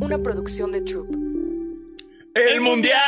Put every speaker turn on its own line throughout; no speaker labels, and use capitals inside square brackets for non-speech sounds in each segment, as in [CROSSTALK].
una producción de Troop.
¡El Mundial!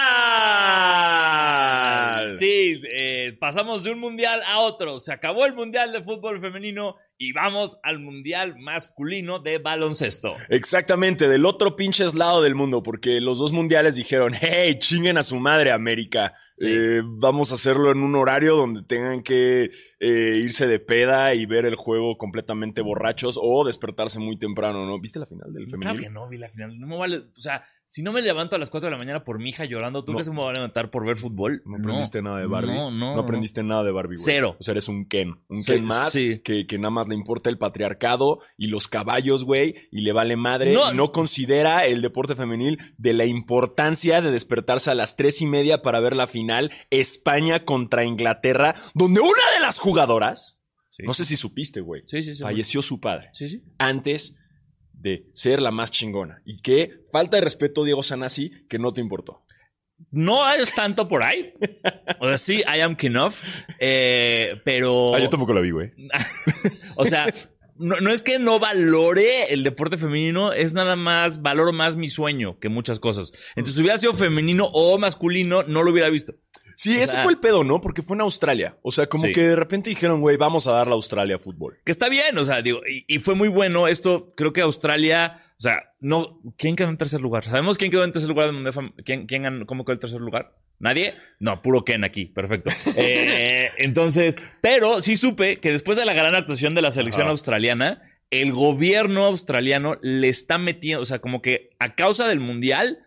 Sí, eh, pasamos de un mundial a otro. Se acabó el mundial de fútbol femenino y vamos al mundial masculino de baloncesto.
Exactamente, del otro pinches lado del mundo, porque los dos mundiales dijeron, hey, chinguen a su madre América.
Sí.
Eh, vamos a hacerlo en un horario donde tengan que eh, irse de peda y ver el juego completamente borrachos o despertarse muy temprano, ¿no? ¿Viste la final del femenino?
Claro que no, vi la final. No me vale. O sea, si no me levanto a las 4 de la mañana por mi hija llorando, ¿tú
No.
crees que me voy a levantar por ver fútbol?
No aprendiste nada de Barbie.
No, no,
No aprendiste nada de Barbie, güey.
Cero.
O sea, eres un Ken. Un
Sí,
Ken más
sí.
que, que nada más le importa el patriarcado y los caballos, güey, y le vale madre.
No.
No, no considera el deporte femenil de la importancia de despertarse a las tres y media para ver la final España contra Inglaterra, donde una de las jugadoras,
Sí.
no sé si supiste, güey,
Sí, sí, sí.
falleció su padre
Sí, sí.
antes de ser la más chingona. Y qué falta de respeto, Diego Sanasi, que no te importó.
No es tanto por ahí. O sea, sí, I am Kinoff. Eh, pero.
Ah, tampoco la vi, güey.
O sea, no, no es que no valore el deporte femenino, es nada más, valoro más mi sueño que muchas cosas. Entonces, si hubiera sido femenino o masculino, no lo hubiera visto.
Sí,
O
ese
sea-
fue el pedo, ¿no? Porque fue en Australia. O sea, como
Sí.
que de repente dijeron, güey, vamos a darle a Australia fútbol.
Que está bien, o sea, digo, y, y fue muy bueno esto. Creo que Australia, o sea, no, ¿quién quedó en tercer lugar? ¿Sabemos quién quedó en tercer lugar? del Mundial Fam- ¿Quién, quién ganó- ¿Cómo quedó el tercer lugar? ¿Nadie? No, puro Ken aquí, perfecto. Eh, entonces, pero sí supe que después de la gran actuación de la selección
Ajá.
australiana, el gobierno australiano le está metiendo, o sea, como que a causa del Mundial,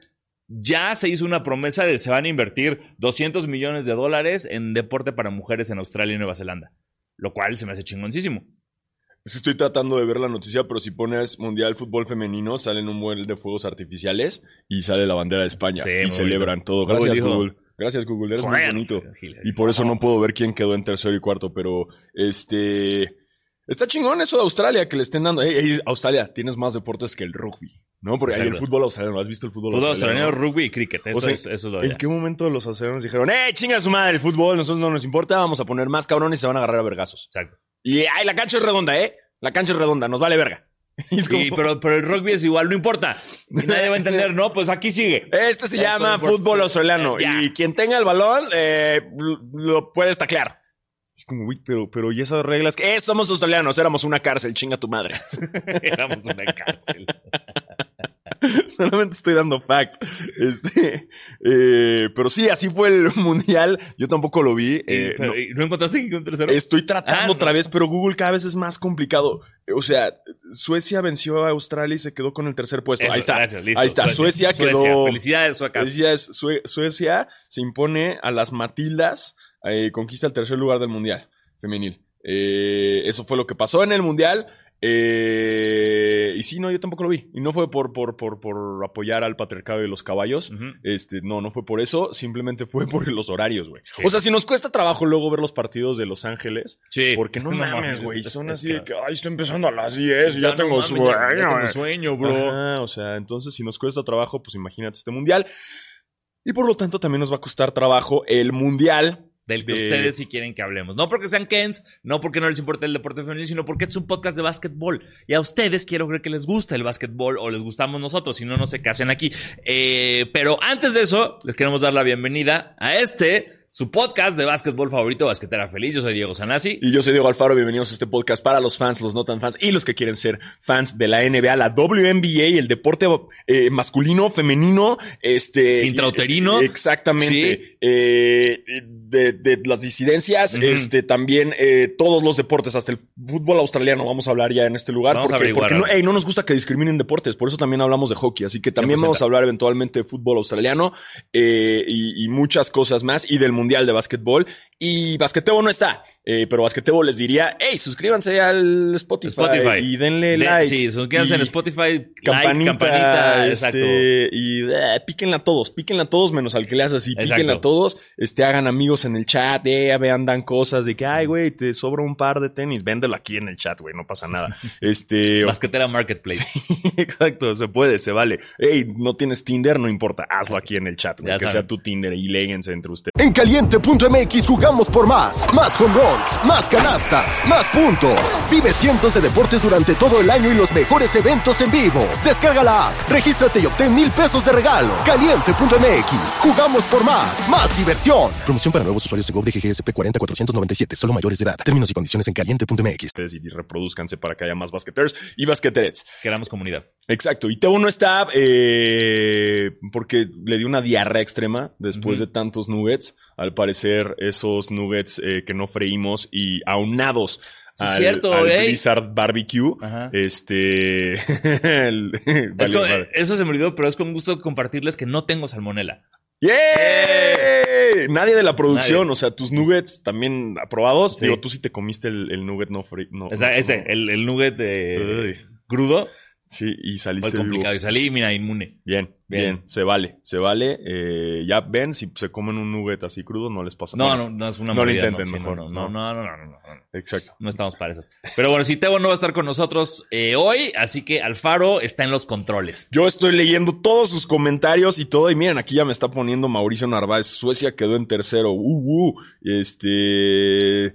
ya se hizo una promesa de se van a invertir 200 millones de dólares en deporte para mujeres en Australia y Nueva Zelanda. Lo cual se me hace chingoncísimo.
Es que Estoy tratando de ver la noticia, pero si pones Mundial Fútbol Femenino, salen un buen de fuegos artificiales y sale la bandera de España.
Sí, muy
y celebran
bonito.
todo.
Google
Gracias,
dijo-
Google. Gracias, Google. Eres
Joder,
muy bonito.
Gil.
Y por eso no puedo ver quién quedó en tercero y cuarto, pero este. Está chingón eso de Australia que le estén dando. Ey, ey, Australia, tienes más deportes que el rugby, ¿no? Porque hay el
Exacto.
fútbol australiano. ¿Has visto el fútbol,
Fútbol
australiano?
australiano, rugby y cricket. Eso,
O sea,
es, eso es lo de
¿En
allá.
qué momento los australianos dijeron, eh, chinga su madre el fútbol, nosotros no nos importa, vamos a poner más cabrones y se van a agarrar a vergazos?
Exacto.
Y, ay, la cancha es redonda, eh, la cancha es redonda, nos vale verga. [LAUGHS] Y es como,
Y- pero, pero el rugby es igual, no importa. Y nadie va a entender, no, pues aquí sigue. [LAUGHS]
este se
Esto no
llama
importa,
fútbol
sí.
australiano
Eh, ya.
y quien tenga el balón eh, lo- lo puede taclear. Es como, uy, pero, pero, ¿y esas reglas? Eh, somos australianos, éramos una cárcel, chinga tu madre. [LAUGHS]
Éramos una cárcel.
Solamente estoy dando facts. Este, eh, pero sí, así fue el [LAUGHS] mundial. Yo tampoco lo vi. eh,
Y- pero-
no-
y ¿No encontraste ningún tercero?
Estoy tratando
Ah, no.
otra vez, pero Google cada vez es más complicado. O sea, Suecia venció a Australia y se quedó con el tercer puesto.
Eso,
ahí está.
gracias, listo.
ahí está. Suecia, quedó.
Felicidades, Sueca.
Suecia, es- Sue- Suecia se impone a las Matildas, eh, conquista el tercer lugar del mundial femenil. Eh, eso fue lo que pasó en el mundial. Eh, y sí, no, yo tampoco lo vi. Y no fue por, por, por, por apoyar al patriarcado de los caballos.
Ujú.
Este, no, no fue por eso, simplemente fue por los horarios, güey.
Sí.
O sea, si nos cuesta trabajo luego ver los partidos de Los Ángeles,
Sí.
porque no, mames, güey, son
Es
así
que-
de que, ay, estoy empezando a las 10 y ya,
no
tengo
mames, ya-
sueño,
ya tengo
eh".
sueño, bro.
Ajá, o sea, entonces si nos cuesta trabajo, pues imagínate este mundial. Y por lo tanto también nos va a costar trabajo el mundial.
Del que
de-
ustedes sí quieren que hablemos. No porque sean Kens, no porque no les importe el deporte femenino, sino porque es un podcast de básquetbol. Y a ustedes quiero creer que les gusta el básquetbol o les gustamos nosotros, si no, no se casen aquí. Eh, pero antes de eso, les queremos dar la bienvenida a este, su podcast de básquetbol favorito, Basquetera Feliz. Yo soy Diego Sanasi.
Y yo soy Diego Alfaro, bienvenidos a este podcast para los fans, los no tan fans y los que quieren ser fans de la NBA, la WNBA, el deporte eh, masculino, femenino, este...
Intrauterino.
y- Exactamente. Eh, de, de las disidencias,
Ujú.
este también eh, todos los deportes, hasta el fútbol australiano vamos a hablar ya en este lugar.
Vamos a
porque
averiguar
porque no,
algo.
ey, no nos gusta que discriminen deportes, por eso también hablamos de hockey, así que también
100%.
vamos a hablar eventualmente de fútbol australiano eh, y, y muchas cosas más y del Mundial de Básquetbol. Y Basquetebo no está, eh, pero Basquetebo les diría, hey, suscríbanse al Spotify,
Spotify.
y denle
De-
like.
sí, se nos quedan
y
en Spotify.
Campanita,
like, campanita
este,
exacto.
y eh, píquenla a todos, píquenla a todos menos al que le hace así,
Exacto.
píquenla a todos, este, hagan amigos en el chat, eh, vean, dan cosas de que, ay, güey, te sobra un par de tenis, véndelo aquí en el chat, güey, no pasa nada.
[LAUGHS]
este, o-
Basquetera Marketplace.
[LAUGHS] Exacto, se puede, se vale. Ey, no tienes Tinder, no importa, hazlo aquí en el chat, güey,
Ya
que
saben.
sea tu Tinder y léguense entre ustedes.
En
caliente.mx jugamos por más. Más home runs, más canastas, más puntos. Vive cientos de deportes durante todo el año y los mejores eventos en vivo. Descarga la app, regístrate y obtén mil pesos de regalo. Caliente.mx, jugamos por más. Más diversión. Promoción para nuevos usuarios de GOV de GGSP 40497, solo mayores de edad. Términos y condiciones en caliente.mx.
Y reproduzcanse para que haya más basqueteers y basqueterets.
Queramos comunidad.
Exacto. Y Tebo no está eh, porque le dio una diarrea extrema después de tantos nuggets. Al parecer, esos nuggets eh, que no freímos y aunados
Sí,
al,
cierto,
al
ey.
Blizzard Barbecue,
Ajá.
este... [LAUGHS] el-
Es eh,
valió
con-
madre.
eso se me olvidó, pero es con gusto compartirles que no tengo salmonela.
¡Yay! Nadie de la producción,
Nadie.
o sea, tus nuggets también aprobados.
Sí.
Digo, tú sí te comiste el, el nugget no free. No,
O sea,
no-
ese,
no.
el, el nugget de
Uy.
crudo
Sí, y
fue
saliste vivo.
Este complicado. Y salí, mira, inmune.
Bien, bien,
Bien.
se vale, se vale. Eh, ya ven, si se comen un nugget así crudo, no les pasa
No,
nada.
no, no es una
No lo
mordida,
intenten,
sí,
mejor,
No, no, no, no, no, no, no.
Exacto.
No estamos para esas. Pero bueno, si Tebo no va a estar con nosotros eh, hoy, así que Alfaro está en los controles.
Yo estoy leyendo todos sus comentarios y todo. Y miren, aquí ya me está poniendo Mauricio Narváez. Suecia quedó en tercero. Uh, uh. Este.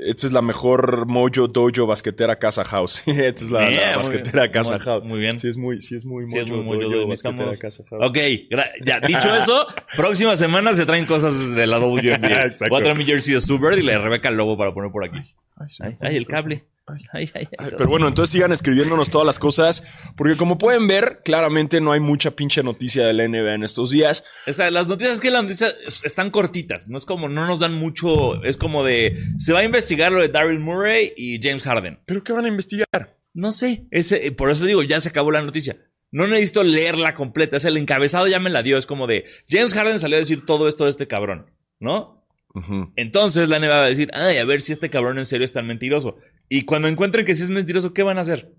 Esta es la mejor Mojo Dojo basquetera Casa House. [LAUGHS] Esta es la, la
Eh, muy
basquetera
bien,
Casa
muy-
House.
muy bien.
Sí, es muy, sí, es muy
Sí, es
Mojo
muy Mojo
Dojo,
Dojo,
basquetera
necesitamos-
Casa House.
Ok, gra- ya. Dicho eso, próxima semana se traen cosas de la [LAUGHS] WNBA.
Exacto.
Voy a traer mi jersey de Stu Bird y la de Rebeca Lobo para poner por aquí.
Ay, se me
Ay,
fue
ay, el
micrófono.
cable. Ay, ay, ay,
Ay, Pero bueno, entonces sigan escribiéndonos todas las cosas, porque como pueden ver, claramente no hay mucha pinche noticia de la NBA en estos días.
O sea, las noticias que la noticia están cortitas, no es como, no nos dan mucho, es como de, se va a investigar lo de Daryl Murray y James Harden.
¿Pero qué van a investigar?
No sé, ese, eh, por eso digo, ya se acabó la noticia. No necesito leerla completa, es el encabezado ya me la dio, es como de, James Harden salió a decir todo esto de este cabrón, ¿no? Entonces la NBA va a decir, ay, a ver si este cabrón en serio es tan mentiroso. Y cuando encuentren que sí es mentiroso, ¿qué van a hacer?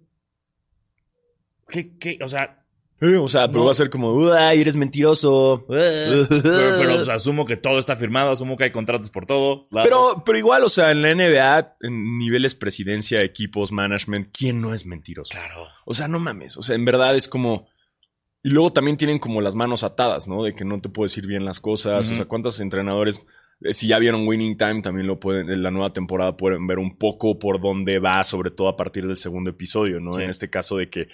¿Qué, qué? O sea, [LAUGHS]
Eh, o sea, pero
No.
va a ser como, ¡ay, eres mentiroso!
eh, pero, pero, pues, asumo que todo está firmado, asumo que hay contratos por todo. la-
Pero, pero igual, o sea, en la NBA, en niveles presidencia, equipos, management, ¿quién no es mentiroso?
Claro.
O sea, no mames. O sea, en verdad es como. Y luego también tienen como las manos atadas, ¿no? De que no te puedo decir bien las cosas. O
Ujú.
sea, ¿cuántos entrenadores, eh, si ya vieron Winning Time, también lo pueden, en la nueva temporada pueden ver un poco por dónde va, sobre todo a partir del segundo episodio, ¿no?
Sí.
En este caso de que,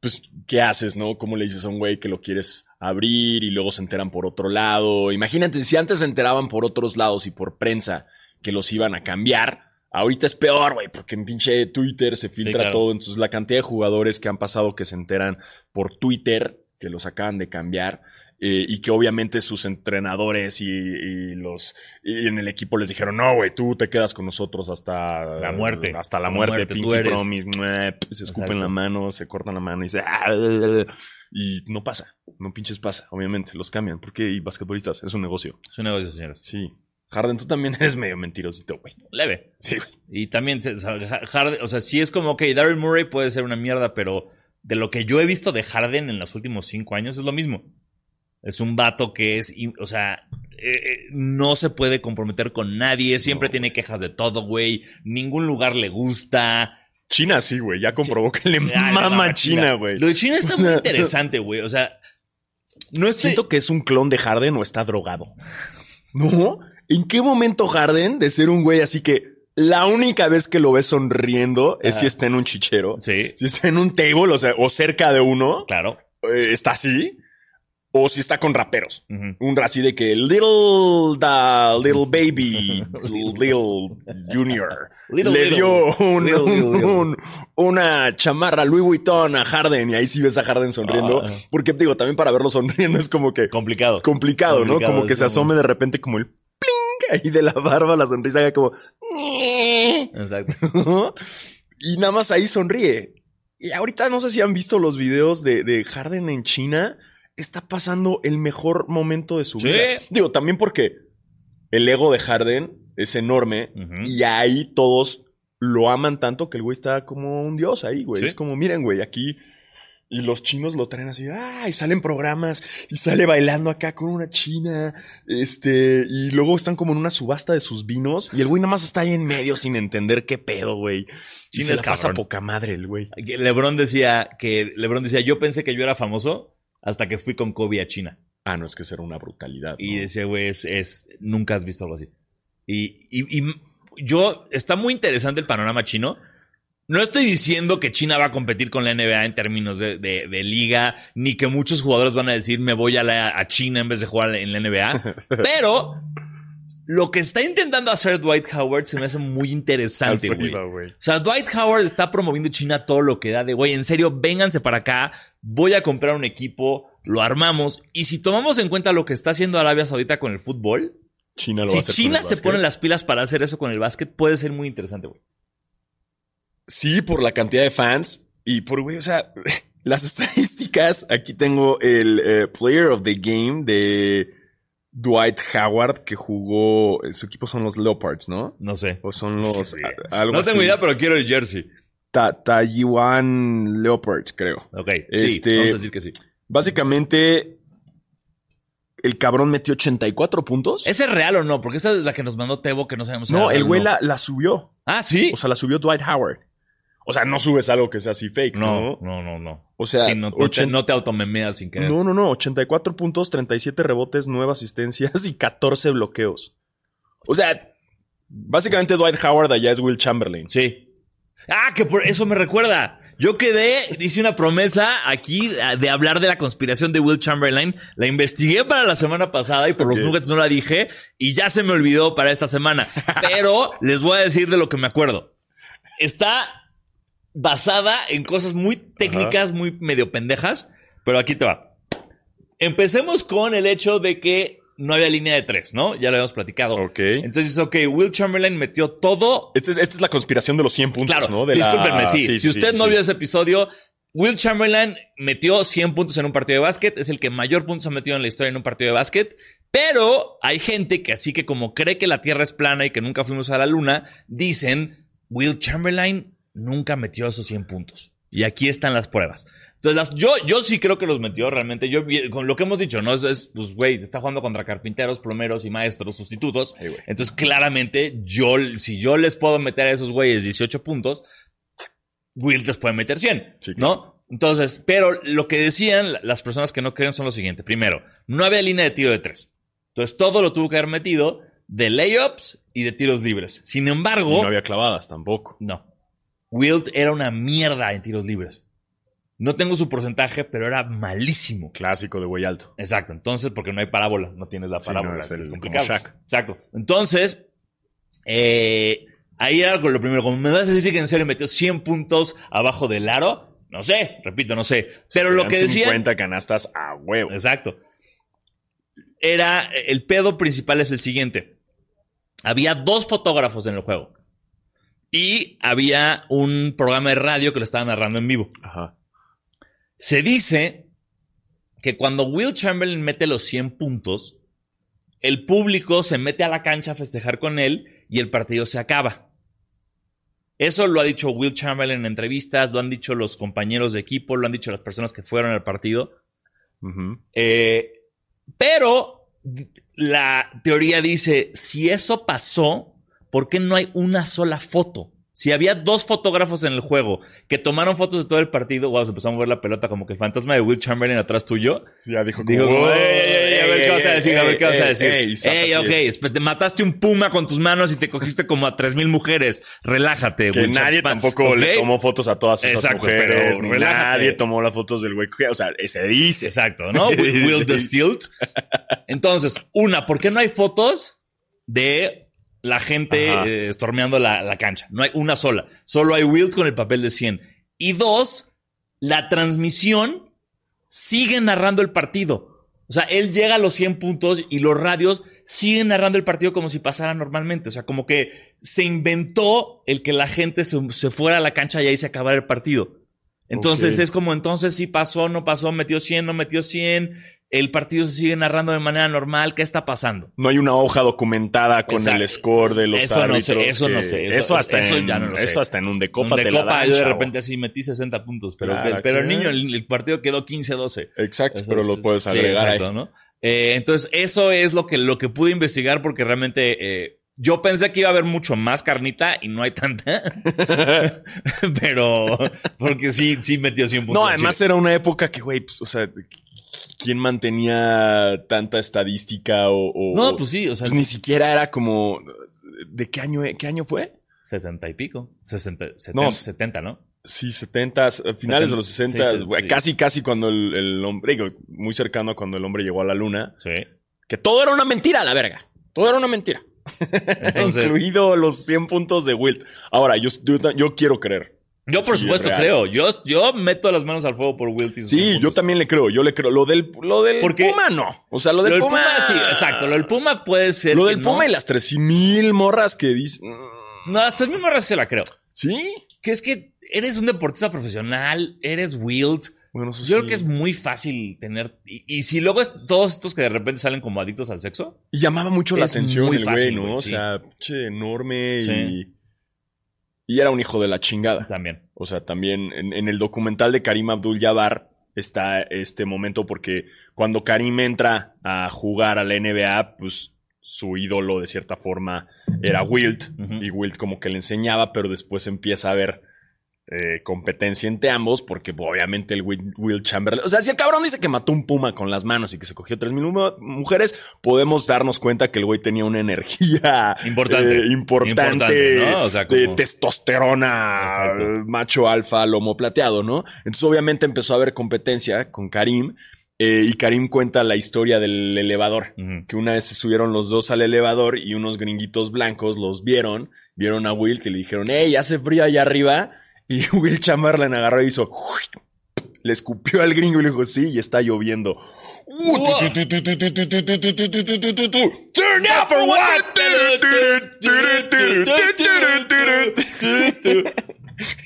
pues, ¿qué haces, no? ¿Cómo le dices a un güey que lo quieres abrir y luego se enteran por otro lado? Imagínate, si antes se enteraban por otros lados y por prensa que los iban a cambiar. Ahorita es peor, güey, porque en pinche Twitter se filtra
claro.
todo. Entonces, la cantidad de jugadores que han pasado que se enteran por Twitter, que los acaban de cambiar, eh, y que obviamente sus entrenadores y, y los y en el equipo les dijeron: No, güey, tú te quedas con nosotros hasta
La muerte.
Hasta la
La
muerte,
muerte, tú
pinky
eres".
promise. mueh, pues, Se escupen
Exacto.
la mano, se cortan la mano y "Ah, se. Y no pasa. No pinches pasa, obviamente. Los cambian. Porque, y basquetbolistas, es un negocio.
Es un negocio, señores.
Sí. Harden, tú también [LAUGHS] eres medio mentirosito, güey.
Leve.
Sí, güey.
Y también, se- o sea, Ja- Harden, o sea, sí es como, ok, Darryl Murray puede ser una mierda, pero de lo que yo he visto de Harden en los últimos cinco años es lo mismo. Es un vato que es, in- o sea, eh, eh, no se puede comprometer con nadie, siempre
No,
tiene quejas de todo, güey, ningún lugar le gusta.
[LAUGHS] China sí, güey. Ya comprobó que le
Ah, le
mama
mama
China, güey.
Lo de China
[LAUGHS]
está muy interesante, güey, o sea, no es...
Siento que es un clon de Harden o está drogado. ¿No? ¿En qué momento Harden de ser un güey así que la única vez que lo ves sonriendo es
Ajá.
si está en un chichero?
Sí,
Si está en un table, o sea, o cerca de uno,
claro.
eh, está así. O si está con raperos.
Ujú.
Un así de que little da
[LAUGHS]
little baby little junior
Little,
le
little.
dio un-
Little, little, little.
un- una chamarra Louis Vuitton a Harden y ahí sí ves a Harden sonriendo
Ah.
porque digo también para verlo sonriendo es como que
Complicado.
complicado, ¿no?
Complicado,
Como que
es
se
como-
asome de repente como el pling ahí de la barba la sonrisa haga como
Exacto.
y nada más ahí sonríe. Y ahorita no sé si han visto los videos de, de Harden en China. Está pasando el mejor momento de su
Sí.
vida. Digo, también porque el ego de Harden es enorme
Ujú.
y ahí todos lo aman tanto que el güey está como un dios ahí, güey.
Sí.
Es como, miren, güey, aquí. Y los chinos lo traen así, ah, y salen programas, y sale bailando acá con una china, este, y luego están como en una subasta de sus vinos, y el güey nada más está ahí en medio sin entender qué pedo, güey. Y
China
se
es
la pasa
cabrón.
poca madre el güey.
Que Lebron decía que Lebron decía, yo pensé que yo era famoso hasta que fui con Kobe a China.
Ah, no, es que eso era una brutalidad.
Y
¿no?
ese güey es, es- Nunca has visto algo así. Y, y- y yo. Está muy interesante el panorama chino. No estoy diciendo que China va a competir con la NBA en términos de, de- de liga, ni que muchos jugadores van a decir me voy a, la, a China en vez de jugar en la NBA. Pero lo que está intentando hacer Dwight Howard se me hace muy interesante,
Eso
güey.
iba,
O
güey.
sea, Dwight Howard está promoviendo China todo lo que da de, güey, en serio, vénganse para acá, voy a comprar un equipo, lo armamos. Y si tomamos en cuenta lo que está haciendo Arabia Saudita con el fútbol,
China lo va a
si
hacer con
China
el
se
básquet.
pone las pilas para hacer eso con el básquet, puede ser muy interesante, güey.
Sí, por la cantidad de fans y por, güey, o sea, [LAUGHS] las estadísticas. Aquí tengo el eh, Player of the Game de Dwight Howard que jugó. eh, Su equipo son los Leopards, ¿no?
No sé.
O son los.
Sí,
a- algo
no tengo
así.
idea, pero quiero el jersey.
Ta- Taiwan Leopards, creo.
Ok, sí,
Este-
vamos a decir que sí.
Básicamente, el cabrón metió 84 puntos.
¿Ese es real o no? Porque esa es la que nos mandó Tebo que no sabemos. si
no,
era
el
real o
güey la, la subió.
Ah, sí.
O sea, la subió Dwight Howard. O sea, no subes algo que sea así fake, ¿no?
no, no, no, no.
O sea,
Sí, no, no te,
80
no te automemeas sin querer.
No, no, no. 84 puntos, 37 rebotes, 9 asistencias [LAUGHS] y 14 bloqueos. O sea, básicamente Dwight Howard allá es Will Chamberlain.
Sí. Ah, que por eso me recuerda. Yo quedé, hice una promesa aquí ah, de hablar de la conspiración de Will Chamberlain. La investigué para la semana pasada y por
Ok.
los Nuggets no la dije y ya se me olvidó para
[LAUGHS]
esta semana. Pero les voy a decir de lo que me acuerdo. Está basada en cosas muy técnicas, muy medio pendejas, pero aquí te va. Empecemos con el hecho de que no había línea de tres, ¿no? Ya lo habíamos platicado.
Ok.
Entonces, ok, Will Chamberlain metió todo
Esta Este es, esta es la conspiración de los 100 puntos,
Claro,
¿no? De la-
discúlpenme, sí.
sí, sí,
Si usted
sí,
no
sí.
vio ese episodio, Will Chamberlain metió 100 puntos en un partido de básquet. Es el que mayor puntos ha metido en la historia en un partido de básquet. Pero hay gente que así que como cree que la Tierra es plana y que nunca fuimos a la Luna, dicen, Will Chamberlain nunca metió esos 100 puntos. Y aquí están las pruebas. Entonces, las- yo, yo sí creo que los metió realmente. Yo, vi- con lo que hemos dicho, ¿no? Es, es, pues, güey, está jugando contra carpinteros, plomeros y maestros sustitutos.
Ay, güey.
Entonces, claramente, yo, si yo les puedo meter a esos güeyes 18 puntos, Will les puede meter 100,
Sí,
¿no? Entonces, pero lo que decían la- las personas que no creen son lo siguiente. Primero, no había línea de tiro de tres. Entonces, todo lo tuvo que haber metido de layups y de tiros libres. Sin
Y
embargo,
no había clavadas tampoco.
no. Wilt era una mierda en tiros libres. No tengo su porcentaje, pero era malísimo.
Clásico de güey alto.
Exacto, entonces, porque no hay parábola, no tienes la
Sí,
parábola,
no, es
es, que
el-
es
como
complicado.
Shaq.
Exacto. Entonces, eh, ahí era con lo primero, como me vas a decir que en serio metió 100 puntos abajo del aro, no sé, repito, no sé. Pero lo
Eran
que decía
50 canastas a huevo.
Exacto. Era, el pedo principal es el siguiente. Había dos fotógrafos en el juego. Y había un programa de radio que lo estaba narrando en vivo.
Ajá.
Se dice que cuando Will Chamberlain mete los 100 puntos, el público se mete a la cancha a festejar con él y el partido se acaba. Eso lo ha dicho Will Chamberlain en entrevistas, lo han dicho los compañeros de equipo, lo han dicho las personas que fueron al partido.
Ujú.
Eh, pero la teoría dice, si eso pasó, ¿por qué no hay una sola foto? Si había dos fotógrafos en el juego que tomaron fotos de todo el partido, wow, se empezó a mover la pelota como que el fantasma de Will Chamberlain atrás tuyo.
Ya dijo como,
Digo, como,
"Wow,
"Ey, ey, ey, a ver qué
ey,
vas a
ey,
decir, a ver qué
ey,
vas a decir.
ey,
Ey,
zapa, sí.
ok, esp- te mataste un puma con tus manos y te cogiste como a 3.000 mujeres. Relájate,
Que
Will
nadie
Chamberlain.
tampoco le
Ok,
tomó fotos a todas esas
Exacto,
mujeres.
pero
ni
relájate.
nadie tomó las fotos del güey. que- O sea, se dice.
Exacto,
[LAUGHS]
¿no? Will, Will the Stilt. Entonces, una, ¿por qué no hay fotos de la gente
Ajá.
eh, estormeando la, la cancha? No hay una sola. Solo hay Will con el papel de 100. Y dos, la transmisión sigue narrando el partido. O sea, él llega a los 100 puntos y los radios siguen narrando el partido como si pasara normalmente. O sea, como que se inventó el que la gente se, se fuera a la cancha y ahí se acabara el partido. Entonces
Ok.
es como entonces si pasó, no pasó, metió 100, no metió 100, el partido se sigue narrando de manera normal, ¿qué está pasando?
No hay una hoja documentada con
Exacto.
el score de los
Eso no
árbitros.
sé, eso
que-
no sé, eso-
Eso, hasta,
eso
en,
ya no lo sé.
eso hasta en un de copa
Donde
te la dan,
yo de
chavo.
repente así metí 60 puntos, pero,
Claro,
pero el
¿qué?
niño, el, el partido quedó 15-12.
Exacto,
Eso
pero
es-
lo puedes
sí,
agregar ahí.
exacto, ¿no? Eh, entonces, eso es lo que, lo que pude investigar porque realmente eh, yo pensé que iba a haber mucho más carnita y no hay tanta. [LAUGHS] pero, porque sí, sí metió 100 puntos.
No,
en
además
Chile.
era una época que, güey, pues, o sea, quién mantenía tanta estadística o... o-
No,
o-
pues sí, o sea,
pues ni siquiera era como... ¿De qué año, qué año fue?
70 y pico. 60, 70,
No,
70, ¿no?
Sí, 70, finales de los 60,
Sí, sí,
güey,
sí.
casi, casi cuando el, el hombre, digo, muy cercano a cuando el hombre llegó a la luna, [LAUGHS]
Sí.
que todo era una mentira, la verga. Todo era una
[LAUGHS]
mentira.
Entonces,
Incluido los 100 puntos de Wilt. Ahora, yo, yo, yo quiero creer.
yo por
Sí,
supuesto
real.
creo. Yo, yo meto las manos al fuego por Wilt. y sus
Sí, yo
puntos.
también le creo, yo le creo. Lo del, lo del
Porque-
Puma no. O sea, lo del
Lo del
Puma, ah,
Puma, sí, exacto. Lo del Puma puede ser.
Lo
que
del
no.
Puma y las 3000 morras que dicen.
No, hasta el mismo raza se la creo.
¿Sí?
Que es que eres un deportista profesional, eres Wilt.
Bueno, eso
Yo
sí.
creo que es muy fácil tener. Y, y si luego es todos estos que de repente salen como adictos al sexo,
Y llamaba mucho la
es
atención
muy
el
fácil,
güey, ¿no?
güey,
O
sí.
sea, che, enorme
Sí.
y. Y era un hijo de la chingada.
también.
O sea, también en, en el documental de Karim Abdul Jabbar está este momento porque cuando Karim entra a jugar a la NBA, pues su ídolo de cierta forma era Wilt
Ujú.
y Wilt como que le enseñaba, pero después empieza a haber eh, competencia entre ambos porque pues, obviamente el Wilt, Wilt Chamberlain, o sea, si el cabrón dice que mató un puma con las manos y que se cogió 3.000 mu- mujeres, podemos darnos cuenta que el güey tenía una energía
Importante.
eh, importante,
Importante, ¿no? O sea,
de
como-
testosterona,
Exacto.
macho alfa, lomo plateado, ¿no? Entonces, obviamente empezó a haber competencia con Karim eh, y Karim cuenta la historia del elevador.
Ujú.
Que una vez se subieron los dos al elevador y unos gringuitos blancos los vieron, vieron a Wilt y le dijeron, hey, hace frío allá arriba. Y [LAUGHS] Will Chamberlain agarró y hizo, le escupió al gringo y le dijo, sí, y está lloviendo. Uh,
Wow.
Turn out for what?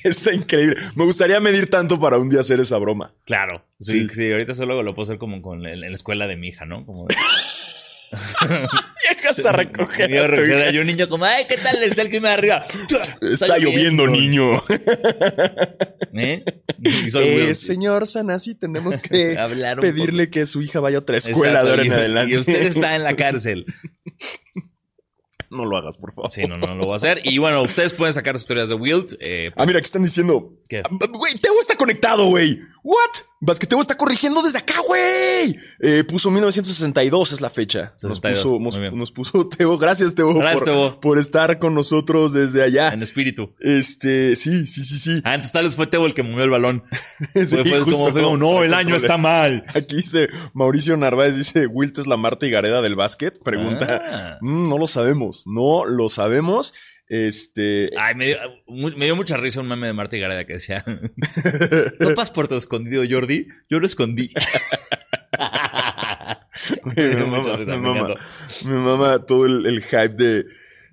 Es increíble. Me gustaría medir tanto para un día hacer esa broma.
Claro. Sí,
Sí.
sí, ahorita solo lo puedo hacer como con el- en la escuela de mi hija, ¿no?
[LAUGHS]
Como
Llegas a
[LAUGHS]
recoger.
Yo
a tu
recuerdo,
hija.
yo un niño como, ay, ¿qué tal está el clima de arriba?
[LAUGHS] Está lloviendo, niño.
¿Eh? Y soy
Eh,
Will.
señor Sanasi, tenemos
[LAUGHS]
que
Hablar un
pedirle que su hija vaya a otra escuela de ahora en
Exacto, y-
adelante.
Y usted
[LAUGHS]
está en la cárcel.
No lo hagas, por [LAUGHS] favor.
Sí, no, no lo voy a hacer. Y bueno, ustedes pueden sacar sus historias de Wilt. eh,
Ah, mira, que están diciendo.
¿Qué?
Ah, Güey, Teo está conectado, güey. ¿What? Basqueteo está corrigiendo desde acá, güey. Eh, puso 1962 es la fecha. Nos
62,
puso,
muy
nos-
bien.
nos puso [LAUGHS] Teo. Gracias, Teo.
Gracias,
por,
Teo.
por estar con nosotros desde allá.
en espíritu.
Este, sí, sí, sí,
[LAUGHS]
sí.
Ah, entonces tal vez fue Teo el que movió el balón.
[LAUGHS] Sí,
Fue- fue
justo.
como, fue como, no, el año está mal.
[LAUGHS] Aquí dice Mauricio Narváez, dice, ¿Wilt es la Marta y Gareda del básquet? Pregunta.
Ah.
Mm, no lo sabemos, no lo sabemos.
[LAUGHS]
Este...
Ay, me dio, mu- me dio mucha risa un meme de Marta y Gareda
[LAUGHS]
que decía: ¿Topas por tu escondido, Jordi? Yo
[LAUGHS]
lo escondí. [LAUGHS] me dio
me, mama,
mucha risa,
me
Ah, me
mama.
encantó.
Me mama todo el, el hype de,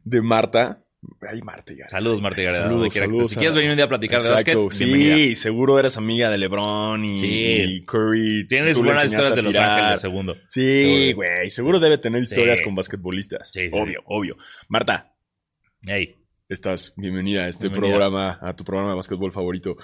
de Marta. Ay, Marta y Gareda.
Saludos, Marta y Gareda.
Saludos,
donde quiera que
saludos
estés. Si
a-
quieres venir un día a platicar de básquet,
sí,
bienvenida.
seguro eres amiga de LeBron y,
Sí.
y Curry.
Tienes
Tú le
buenas
enseñaste
historias
a
de Los
tirar.
Ángeles, segundo.
Sí,
Seguro.
güey, seguro debe tener historias
Sí.
con basquetbolistas.
Sí, sí, sí.
obvio, obvio. Marta,
Ey,
Estás bienvenida a este
Bienvenida.
programa, a tu programa de básquetbol favorito.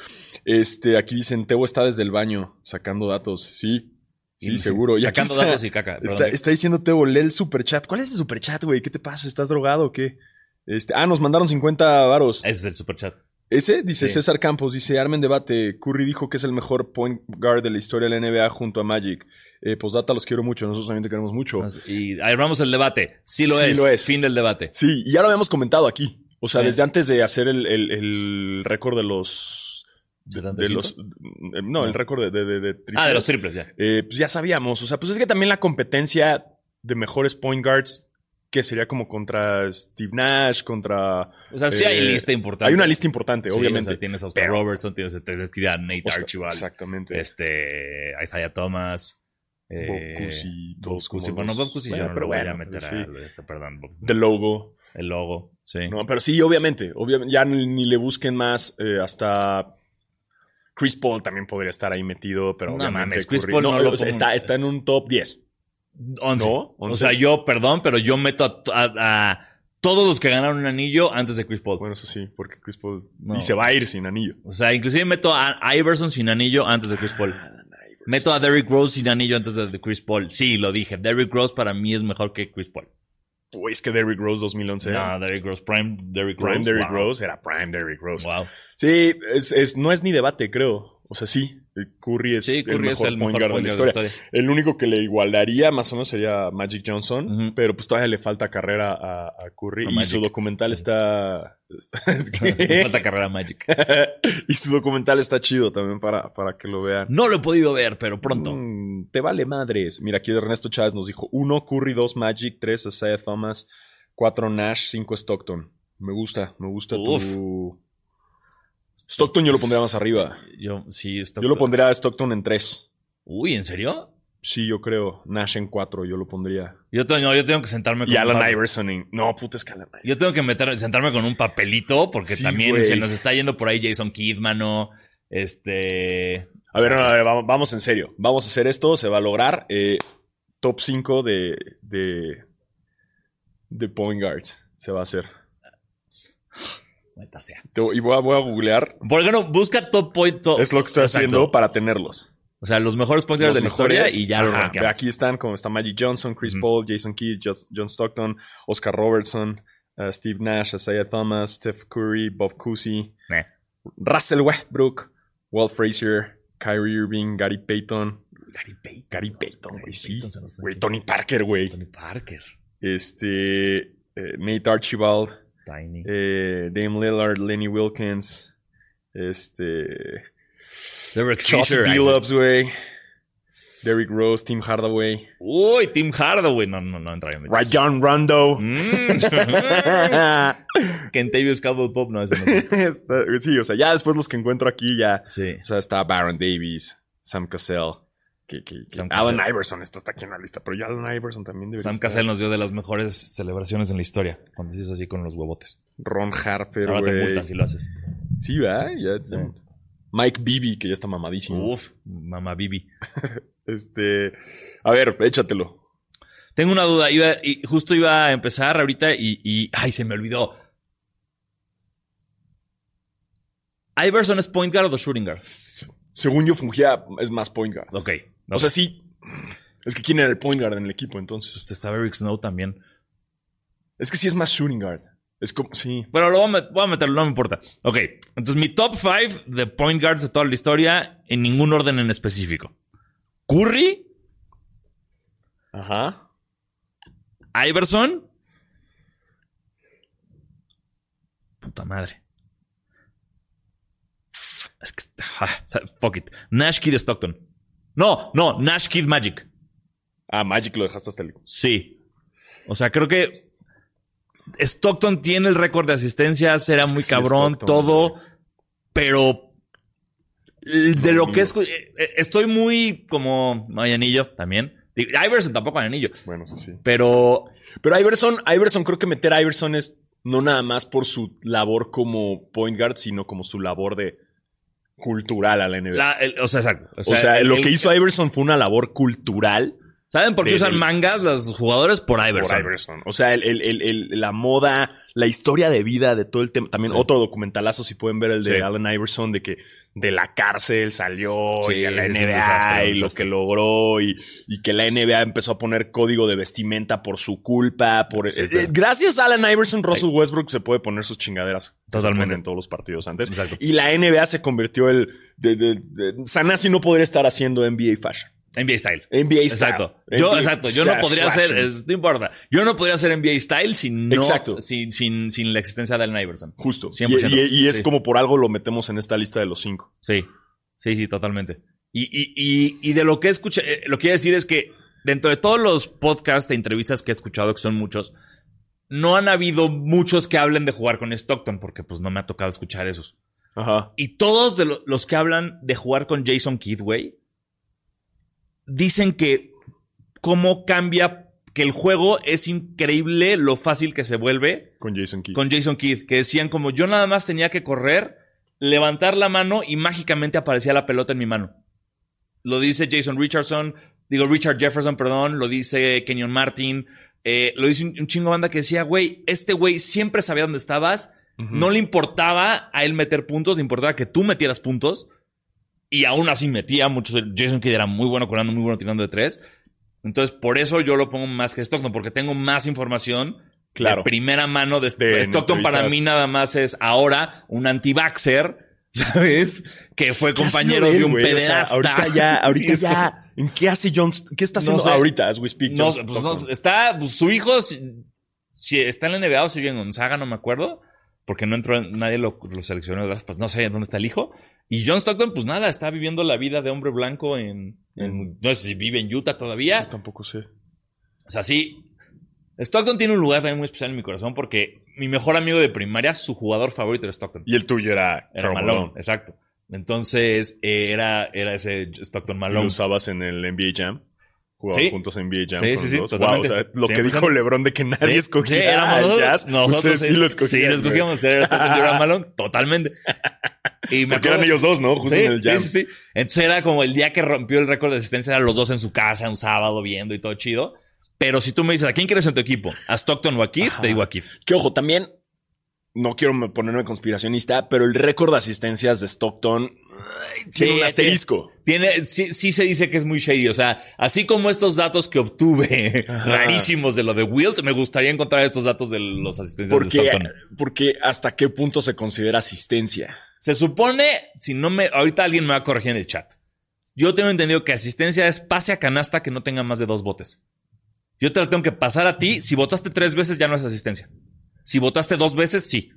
Este, aquí dicen, Tebo está desde el baño sacando datos. Sí, sí,
Sí, sí.
seguro. Y aquí
sacando
está,
datos y caca. perdón.
[LAUGHS]
¿eh?
está, está diciendo Tebo, lee el superchat. ¿Cuál es el superchat, güey? ¿Qué te pasa? ¿Estás drogado o qué? Este, ah, nos mandaron 50 varos.
Ese es el superchat.
Ese, dice
Eh, Sí.
César Campos, dice, armen debate. Curry dijo que es el mejor point guard de la historia de la NBA junto a Magic. Eh, postdata, los quiero mucho. Nosotros también te queremos mucho.
Y armamos el debate. Sí lo,
Sí
es.
lo es.
Fin del debate.
Sí, y ya lo habíamos comentado aquí. O sea,
Sí.
desde antes de hacer el, el- el récord de los. De, de los. eh, No, el récord de, de, de- de triples.
Ah, de los triples, ya.
Eh, pues ya sabíamos. O sea, pues es que también la competencia de mejores point guards, que sería como contra Steve Nash, contra.
O sea, sí hay
Eh,
lista importante.
Hay una lista importante,
Sí,
obviamente.
o sea, tienes a Oscar
Pero-
Robertson, tienes, tienes que ir a Nate
Oscar-
Archibald,
Exactamente.
este, a Isaiah Thomas. eh,
Bob Cousy,
Bob
todos
Cousy.
como
Bueno,
los-
Bob Cousy
Bueno,
yo no
pero
lo voy a
bueno,
meter
sí.
al- este, perdón, Bob-
The Logo.
el logo. Sí.
No, pero sí, obviamente, obviamente ya ni, ni le busquen más, eh, hasta Chris Paul también podría estar ahí metido, pero
No
obviamente
mames, Chris
Curry-
Paul no lo
o sea,
pongo-
está, está en un top 10.
Once.
No,
O
once.
sea, yo, perdón, pero yo meto a, a- a todos los que ganaron un anillo antes de Chris Paul.
Bueno, eso sí, porque Chris Paul
No.
y se va a ir sin anillo.
O sea, inclusive meto a Iverson sin anillo antes de Chris
Ah,
Paul. Meto a Derrick Rose sin anillo antes de Chris Paul. Sí, lo dije. Derrick Rose para mí es mejor que Chris Paul.
Pues que Derrick Rose 2011
No,
era
Este, Derrick Rose. Prime Derrick
Prime
Rose.
Derrick
wow.
Rose, era Prime Derrick Rose.
Wow.
Sí, es, es- no es ni debate, creo. O O sea, sí, el Curry es,
Sí, Curry
el,
es
mejor
el
point
mejor
guard
point
de la
guard de la
historia. El único que le igualaría más o menos sería Magic Johnson,
Ujú.
pero pues todavía le falta carrera a, a Curry.
A
y
Magic.
su documental está...
Me [LAUGHS]
está-
Falta carrera Magic.
[LAUGHS] y su documental está chido también para, para que lo vean.
No lo he podido ver, pero pronto.
Mm, te vale madres. Mira, aquí Ernesto Chávez nos dijo: 1 Curry, 2 Magic, 3 Isaiah Thomas, 4 Nash, 5 Stockton. Me gusta, me gusta
Uf.
tu. Stockton yo lo pondría más arriba.
Yo sí, está-
Yo lo pondría a Stockton en 3.
Uy, ¿en serio?
Sí, yo creo. Nash en 4, yo lo pondría.
Yo tengo, no, yo tengo que sentarme con
Y
un
Alan
papel.
Iverson en. No, puta, es que Alan Iverson.
Yo tengo que meter- sentarme con un papelito porque
Sí,
también
güey.
se nos está yendo por ahí Jason Kidd, mano. Este.
A ver, no, a ver, vamos, vamos en serio. Vamos a hacer esto, se va a lograr. Eh, top 5 de, de. de Point Guard. Se va a hacer.
maldita sea.
Te- y voy a- voy a googlear
¿Por qué no? Busca top point.
[LAUGHS]
top-
Es lo que estoy
Exacto.
haciendo para tenerlos.
O sea, los mejores point guards
Los
de la historia
mejores.
y ya los
Ajá, ve,
rankeamos.
Aquí están, como está Magic Johnson, Chris
Ujú.
Paul, Jason Kidd, Just- John Stockton, Oscar Robertson, uh, Steve Nash, Isaiah Thomas, Steph Curry, Bob Cousy,
Eh.
Russell Westbrook, Walt Frazier, Kyrie Irving, Gary Payton.
Gary Payton.
Gary Payton, güey,
Gary
sí.
Payton se nos fue
Güey,
encima.
Tony Parker, güey.
Tony Parker.
Este, eh, Nate Archibald,
Tiny.
eh, Dame Lillard, Lenny Wilkins, este...
Derek
Chauncey
Fisher. Isaac-
Billups, güey. Derrick Rose, Tim Hardaway.
Uy, Tim Hardaway. No, no, no entraría en mi
Rajon [LAUGHS] Rondo.
[LAUGHS] Mm. Kentavious Cowboy Pop. No, ese [LAUGHS] no.
Está- sí, o sea, ya después los que encuentro aquí ya.
Sí.
O sea, está Baron Davis, Sam Cassell. que- que- que-
Sam
Allen
Cassell.
Iverson, esto está aquí en la lista, pero ya Allen Iverson también debería
Sam
estar.
Cassell nos dio de las mejores celebraciones en la historia. Cuando se hizo así con los huevotes.
Ron Harper,
Ahora te
güey.
multan si lo haces.
Sí, ¿verdad? Ya- ya-
Sí.
Mike Bibby, que ya está mamadísimo.
Uf, mamá Bibi.
Este, a ver, échatelo.
Tengo una duda. Iba, y justo iba a empezar ahorita y, y- ¡Ay, se me olvidó! ¿Iverson es point guard o shooting guard?
Según yo, fungía es más point guard.
Ok.
O sea, sí. Es que quién era el point guard en el equipo, entonces.
Pues está Eric Snow también.
Es que sí es más shooting guard. Es como, sí.
Pero lo voy a, met- voy a meterlo, no me importa. Ok. Entonces, mi top 5 de point guards de toda la historia en ningún orden en específico. Curry,
Ajá.
Iverson. Puta madre. Es que. ah, o sea, fuck it. Nash Kid Stockton. No, no, Nash Kid Magic.
Ah, Magic lo dejaste hasta el.
Sí. O sea, creo que. Stockton tiene el récord de asistencias, era
que
muy
sí,
cabrón,
Stockton,
todo.
güey.
Pero. De lo
Dominio.
que es. eh, eh, Estoy muy como. No hay anillo también. Digo, Iverson tampoco hay anillo.
Bueno, eso sí.
Pero
Pero Iverson, Iverson, creo que meter a Iverson es no nada más por su labor como point guard, sino como su labor de cultural a la NBA.
La- el- o sea, exacto.
o sea,
el-
lo
el-
que hizo Iverson fue una labor cultural
¿Saben por qué
de-
usan
del-
mangas los jugadores? Por Iverson.
por Iverson. O sea, el- el- el- el- la moda, la historia de vida de todo el tema. También
Sí.
otro documentalazo, si pueden ver el de
Sí.
Allen Iverson, de que de la cárcel salió
Sí,
y a la
es un
NBA
desastre, un
y lo
desastre.
que logró y, y que la NBA empezó a poner código de vestimenta por su culpa. Por,
Sí,
eh,
claro.
eh, gracias a Allen Iverson, Russell Westbrook se puede poner sus chingaderas. que se
Totalmente.
ponen En todos los partidos antes.
Exacto.
Y la NBA se convirtió el... De, de- de- Sanasi no podría estar haciendo NBA fashion.
NBA Style.
NBA style.
Exacto. Yo,
NBA
exacto. Yo no
style
podría ser,
fashion.
eh, no importa. Yo no podría ser NBA Style sin, no-
Exacto.
sin, sin, sin la existencia de Allen Iverson.
Justo.
100%.
Y, y- y es
Sí.
como por algo lo metemos en esta lista de los cinco.
Sí. Sí, sí, totalmente. Y, y, y, y de lo que escuché, eh, lo que quiero decir es que dentro de todos los podcasts e entrevistas que he escuchado, que son muchos, no han habido muchos que hablen de jugar con Stockton, porque pues no me ha tocado escuchar esos.
Ajá.
Y todos de lo- los que hablan de jugar con Jason Kidd, güey, dicen que cómo cambia, que el juego es increíble lo fácil que se vuelve
Con Jason Kidd.
con Jason Kidd. Que decían como yo nada más tenía que correr, levantar la mano y mágicamente aparecía la pelota en mi mano. Lo dice Jason Richardson, digo Richard Jefferson, perdón, lo dice Kenyon Martin, eh, lo dice un, un chingo de banda que decía, güey, este güey siempre sabía dónde estabas,
Ujú.
no le importaba a él meter puntos, le importaba que tú metieras puntos. Y aún así metía muchos. Jason Kidd era muy bueno corriendo, muy bueno tirando de tres. Entonces, por eso yo lo pongo más que Stockton, porque tengo más información
Claro.
de primera mano de este.
De
Stockton para
entrevistas.
mí nada más es ahora un anti-vaxxer [LAUGHS] ¿sabes? Que fue
¿Qué ha sido
compañero
él,
de un
güey? O sea,
pederasta.
ahorita ya, ahorita
[LAUGHS] Y
es
ya.
como, ¿En qué hace John? St- ¿Qué está
No
haciendo
sé.
ahorita as we speak?
No,
John
sé, pues no,
Stockton?
sé. está, pues, su hijo, si, si está en la NBA o sigue en Gonzaga, no me acuerdo, porque no entró, nadie lo, lo seleccionó, ¿verdad? pues no sé dónde está el hijo. Y John Stockton, pues nada, está viviendo la vida de hombre blanco en, en- no sé si vive en Utah todavía.
Yo tampoco sé.
O sea, sí. Stockton tiene un lugar también muy especial en mi corazón porque mi mejor amigo de primaria, su jugador favorito era Stockton.
Y el tuyo era,
Era
Karl
Malone,
Malone.
exacto. Entonces, eh, era, era ese Stockton
Lo
Malone.
usabas en el NBA Jam. Jugaban
Sí.
juntos en NBA Jam.
Sí,
con
sí,
los
sí,
dos. Wow,
totalmente.
o sea, lo que
100%.
dijo LeBron de que nadie
Sí,
escogía
sí, éramos
al
nosotros.
jazz.
Nosotros
ustedes sí lo escogían.
Sí, lo
güey.
escogíamos. Era Stockton
[LAUGHS]
y era Malone, totalmente. Y
Porque
me acuerdo-
eran ellos dos, ¿no? Justo
Sí,
en el Jam.
sí, sí, sí. Entonces era como el día que rompió el récord de asistencia, eran los dos en su casa, un sábado viendo y todo chido. Pero si tú me dices, ¿a quién quieres en tu equipo? ¿A Stockton o a Keith?
Ajá.
Te digo a Keith.
Que ojo, también no quiero me- ponerme conspiracionista, pero el récord de asistencias de Stockton ay, tiene
Sí,
un
tiene-
asterisco.
Tiene, sí, sí se dice que es muy shady. O sea, así como estos datos que obtuve [LAUGHS]
Ajá.
rarísimos de lo de Wilt, me gustaría encontrar estos datos de los asistencias de
Porque,
Stockton.
porque hasta qué punto se considera asistencia.
Se supone, si no me. Ahorita alguien me va a corregir en el chat. Yo tengo entendido que asistencia es pase a canasta que no tenga más de dos botes. Yo te la tengo que pasar a ti. Si votaste tres veces, ya no es asistencia. Si votaste dos veces, sí.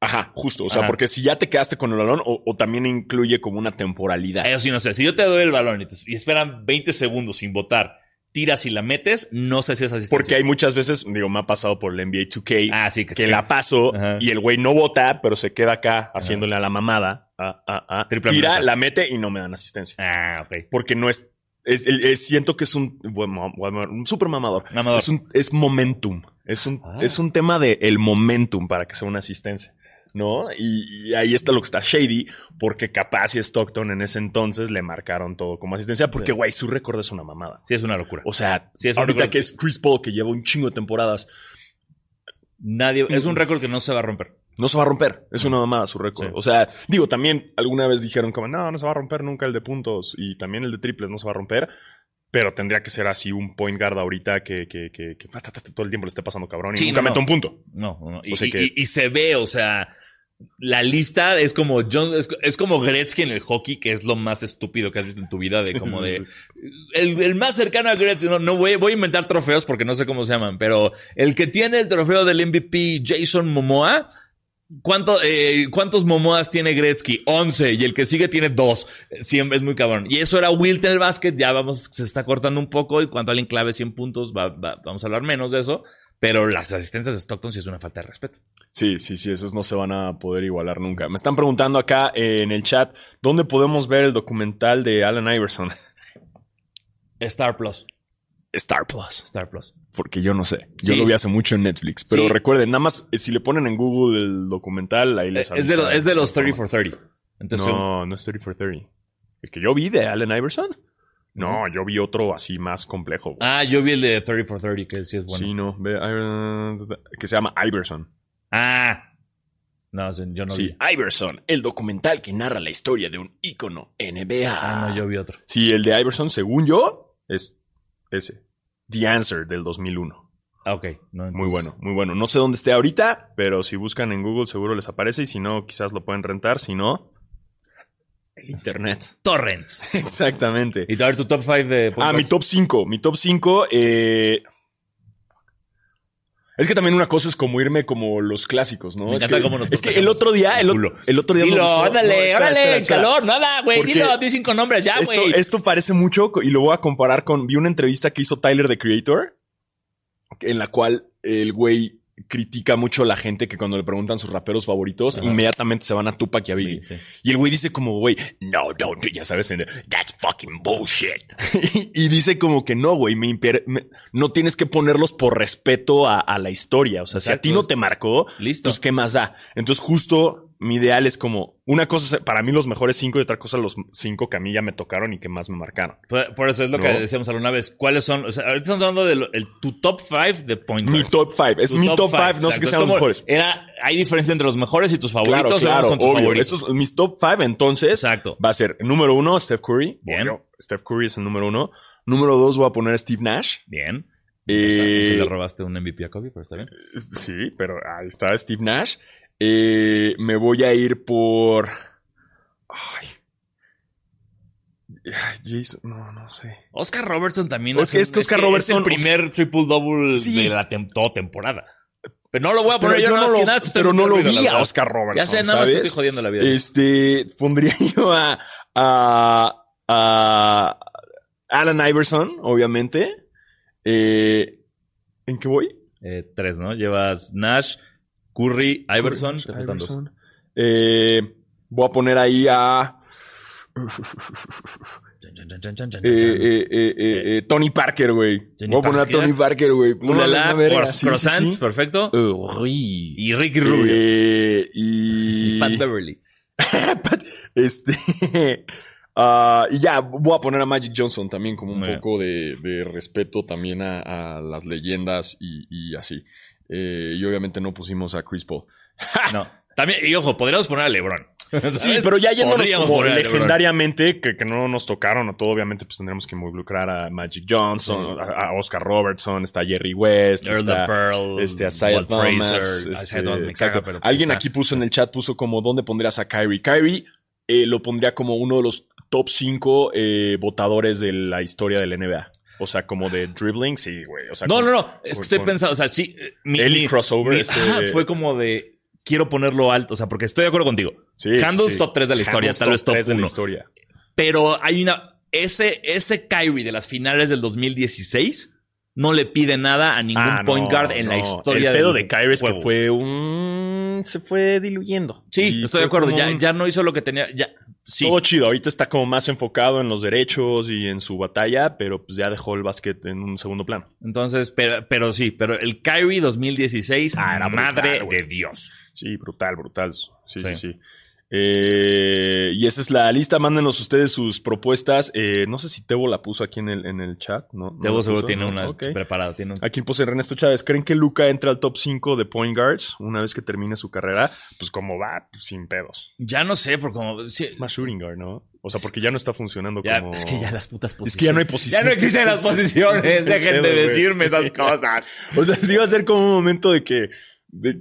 Ajá, justo. O sea,
Ajá.
porque si ya te quedaste con el balón o, o también incluye como una temporalidad.
Eso sí, no sé. Si yo te doy el balón y, te- y esperan 20 segundos sin votar, tiras y la metes, no sé si es asistencia.
Porque hay muchas veces, digo, me ha pasado por el NBA 2K,
Ah, sí, que,
que
sí.
la paso
Ajá.
y el güey no vota, pero se queda acá haciéndole a la mamada. Ah, ah, ah.
Triple
Tira,
amenaza.
la mete y no me dan asistencia.
Ah, ok.
porque no es. es- el- es- siento que es un, bueno, bueno, un super mamador.
Mamador.
Es, un, es momentum. Es un,
Ah.
es un tema de el momentum para que sea una asistencia. ¿No? Y, y ahí está lo que está shady, porque capaz y Stockton en ese entonces le marcaron todo como asistencia, porque, güey, su récord es una mamada.
Sí, es una locura.
O sea,
Sí, es un
ahorita
récord.
que es Chris Paul, que lleva un chingo de temporadas,
Nadie, es un récord que no se va a romper.
no se va a romper. Es una mamada su récord.
Sí.
O sea, digo, también alguna vez dijeron como, no, no se va a romper nunca el de puntos y también el de triples no se va a romper. Pero tendría que ser así un point guard ahorita que, que, que, que ta, ta, ta, todo el tiempo le esté pasando cabrón y
Sí,
nunca
no,
meta
no.
un punto.
No, no. Y,
O sea
y-
que-
y- y se ve, o sea, la lista es como John, es, es como Gretzky en el hockey, que es lo más estúpido que has visto en tu vida,
[LAUGHS]
de como de el, el más cercano a Gretzky. No, no voy, voy a inventar trofeos porque no sé cómo se llaman, pero el que tiene el trofeo del MVP Jason Momoa. ¿Cuánto, eh, ¿Cuántos Momoas tiene Gretzky? 11. Y el que sigue tiene dos. Siempre es muy cabrón. Y eso era Wilt en el básquet. Ya vamos, se está cortando un poco. Y cuando alguien clave 100 puntos, va- va- vamos a hablar menos de eso. Pero las asistencias de Stockton sí es una falta de respeto.
Sí, sí, sí, esos no se van a poder igualar nunca. Me están preguntando acá eh, en el chat, ¿dónde podemos ver el documental de Alan Iverson? [LAUGHS]
Star Plus.
Star Plus.
Star Plus.
Porque yo no sé. Yo
Sí.
lo vi hace mucho en Netflix. Pero
Sí.
recuerden, nada más, eh, si le ponen en Google el documental, ahí
Eh,
les
Es de, los,
avisa.
es de los 30 for 30. Entonces,
no, no es 30 for 30. ¿El que yo vi de Allen Iverson? No, yo vi otro así más complejo. güey.
Ah, yo vi el de 30 for 30, que sí es bueno.
Sí, no. ve- Iver- Que se llama Iverson.
Ah. No, sí, yo no
sí,
vi.
Iverson, el documental que narra la historia de un ícono NBA.
Ah, no, yo vi otro.
Sí, el de Iverson, según yo, es ese. The Answer del 2001.
Ah, ok. No,
Muy
entonces-
bueno, muy bueno. No sé dónde esté ahorita, pero si buscan en Google seguro les aparece y si no, quizás lo pueden rentar. Si no, el internet. [LAUGHS]
Torrents.
Exactamente.
Y a ver tu top 5 de.
Ah, mi top 5. Mi top 5. Eh... Es que también una cosa es como irme como los clásicos, ¿no?
Me
es
encanta
que,
cómo nos
es que el
protegemos
otro día, el, o-
el culo.
el otro día. me
Dilo,
gustó-
órale,
no, espera,
órale,
espera, espera.
calor, nada, güey.
Porque
Dilo, di cinco nombres ya,
Esto,
güey.
esto parece mucho co- y lo voy a comparar con. Vi una entrevista que hizo Tyler the Creator, en la cual el güey critica mucho a la gente que cuando le preguntan sus raperos favoritos,
Ajá.
inmediatamente se van a Tupac y a Biggie.
Sí, sí.
Y el güey dice como, güey, no, don't do, ya sabes, en el, that's fucking bullshit. [LAUGHS] y, y dice como que no, güey, me imper- me- no tienes que ponerlos por respeto a, a la historia. O sea, si a
Exacto,
ti no
es-
te marcó,
Listo.
entonces, ¿qué más da? Entonces, justo mi ideal es como, una cosa, es- para mí los mejores cinco y otra cosa los cinco que a mí ya me tocaron y que más me marcaron.
Por, por eso es lo que
No.
decíamos alguna vez. ¿Cuáles son? O sea, ahorita estamos hablando de lo- el- tu top 5 de point
Mi
guards.
top five, es
Tu
mi top five, no sé
exacto.
qué
Es
sean los
como-
mejores.
Era, hay diferencia entre los mejores y tus favoritos.
Claro,
y vamos
claro,
con tus
obvio.
favoritos.
Estos, mis top five, entonces,
Exacto.
Va a ser número uno, Steph Curry.
Bien.
Obvio, Steph Curry es el número uno. Número dos, voy a poner a Steve Nash.
Bien.
Eh,
le robaste un MVP a Kobe, pero está bien.
sí, pero ahí está Steve Nash. Eh, me voy a ir por. Ay. Ay, Jason, no, no sé.
Oscar Robertson también
O es que es que Oscar
el
Robertson-
primer triple double
Sí.
de la tem- toda temporada. Pero no lo voy a poner yo, no
lo, pero no lo vi a Oscar Robertson.
Ya sé, nada más te
¿sabes?
estoy jodiendo la vida.
Este, pondría [LAUGHS] yo a, a, a Alan Iverson, obviamente. Eh, ¿En qué voy?
Eh, tres, ¿no? Llevas Nash, Curry, Iverson. te faltan dos.
Iverson. Eh, voy a poner ahí a
Chan, chan, chan, chan, chan, chan,
eh,
chan.
eh, eh, eh, eh, Tony Parker, güey.
Tony
Voy a poner a
Parker.
Tony Parker, güey. Una
Ulala,
lana verga,
cros-
ah, sí, sí,
croissants,
sí.
perfecto.
Uy.
Y Ricky Rubio.
Eh, y
Pat
[LAUGHS]
Beverly.
este [LAUGHS] ah, y ya voy a poner a Magic Johnson también como un
Muy bien.
poco de, de respeto también a, a las leyendas y, y así. Eh, y obviamente no pusimos a Chris
[LAUGHS]
Paul.
No. También, y ojo, podríamos poner a LeBron.
Sí, pero ya yéndonos
Podríamos
como
poner a LeBron.
legendariamente, que, que no nos tocaron a todo, obviamente pues tendremos que involucrar a Magic Johnson,
Sí.
a, a Oscar Robertson, está Jerry West,
Earl the
está,
Pearl.
este, a Isaiah
Walt
Thomas,
Frazier,
este,
Isaiah Thomas me
exacto.
caga, pero pues
Alguien
está.
aquí puso en el chat, puso como, ¿dónde pondrías a Kyrie? Kyrie eh, lo pondría como uno de los top 5 votadores de la historia del NBA. O sea, como de dribbling, sí, güey. O sea,
No,
como-
no, no. Es que
con-
estoy
con
pensando, o sea, sí. eh, Mi,
Eli
mi-
crossover.
mi-
este-
ajá, fue como de. Quiero ponerlo alto, o sea, porque estoy de acuerdo contigo.
sí,
Handles
sí.
top 3 de la historia,
Handles
tal vez top
tres de la
1.
historia.
Pero hay una. Ese, ese Kyrie de las finales del 2016 no le pide nada a ningún
Ah,
point
no,
guard en la
no.
historia
El pedo
del
de Kyrie es que
juego.
fue un... Se fue diluyendo.
Sí,
Y
estoy de
fue
acuerdo.
como
Ya,
un-
ya no hizo lo que tenía. Ya, sí.
Todo chido. Ahorita está como más enfocado en los derechos y en su batalla, pero pues ya dejó el básquet en un segundo plano.
Entonces, pero, pero sí, pero el Kyrie 2016,
Ah, era brutal,
madre
güey.
de Dios.
Sí, brutal, brutal. Sí, sí,
Sí.
sí. Eh, y esa es la lista. Mándenos ustedes sus propuestas. Eh, no sé si Tebo la puso aquí en el, en el chat. ¿no? ¿No
Debo
la
seguro
puso?
tiene
¿No?
una
Ok.
preparada. Tiene un-
Aquí puse Ernesto Chávez. ¿Creen que Luca entra al top 5 de point guards una vez que termine su carrera? Pues como va, Pues, sin pedos.
Ya no sé, por como. sí,
Es más shooting guard, ¿no? O sea, porque ya no está funcionando
ya-
como...
es que ya las putas posiciones.
Es que ya no hay posiciones.
[LAUGHS] Ya no
[LAUGHS]
existen las [LAUGHS] posiciones. Dejen de
Pedo, güey.
decirme esas cosas.
O sea, sí va a ser como un momento de que de, de-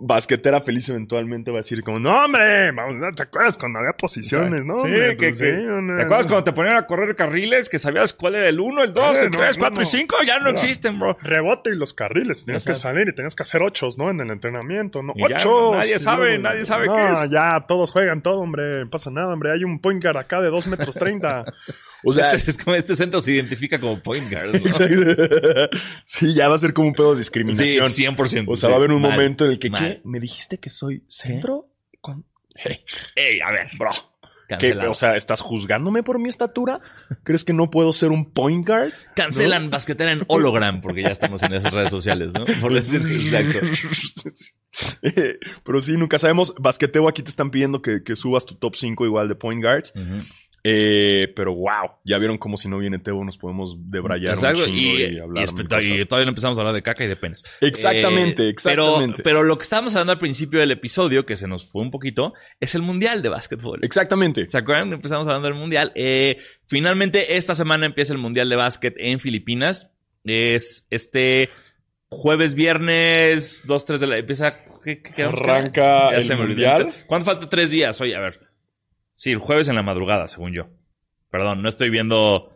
basquetera feliz eventualmente va a decir como, no, hombre, vamos, ¿no ¿te acuerdas cuando había posiciones, no?
Sí,
hombre?
que-
Pues
que-
una-
¿Te acuerdas cuando te ponían a correr carriles que sabías cuál era el 1, el 2,
Eh,
el
no,
3,
no,
4 y
no.
5? Ya no
No.
existen, bro.
Rebote y los carriles, tenías
Exacto.
que salir y tenías que hacer ochos, ¿no? En el entrenamiento, ¿no?
Y ya,
¡Ochos!
nadie
Y
sabe,
luego,
nadie sabe
no,
qué es.
ya, todos juegan todo, hombre, no pasa nada, hombre, hay un point guard acá de 2 metros 30. [LAUGHS] o [LAUGHS]
este, es como- [LAUGHS] este centro se identifica como point guard. ¿no?
sí, ya va a ser como un pedo de
Sí,
discriminación.
100%.
o sea, va a haber un
Mal,
momento en el que,
mal.
¿qué? ¿Me dijiste que soy centro? ¿Cuándo?
Ey, a ver, bro.
¿Qué?
Cancelado.
o sea, ¿estás juzgándome por mi estatura? ¿Crees que no puedo ser un point guard?
Cancelan basquetera en hologram, porque ya estamos en esas redes sociales, ¿no? Por decir [LAUGHS] exacto. [LAUGHS]
Eh, [LAUGHS] Pero sí, nunca sabemos. Basqueteo, aquí te están pidiendo que, que subas tu top 5 igual de point guards. Eh, pero wow, ya vieron cómo si no viene Tebo nos podemos debrayar un
Exacto,
chingo
y,
y,
y
hablar mil
espe- y
cosas.
todavía no empezamos a hablar de caca y de penes.
Exactamente,
Eh, pero-
exactamente.
Pero, lo que estábamos hablando al principio del episodio, que se nos fue un poquito, es el mundial de básquetbol.
Exactamente.
¿Se acuerdan que empezamos hablando del mundial? Eh, finalmente, esta semana empieza el mundial de básquet en Filipinas. Es este jueves, viernes, 2, 3 de la. Empieza. ¿qué- qué quedamos?
Arranca
Ya
el
se me olvidó.
mundial.
¿Cuánto falta? Tres días. Oye, a ver. Sí, el jueves en la madrugada, según yo. Perdón, no estoy viendo.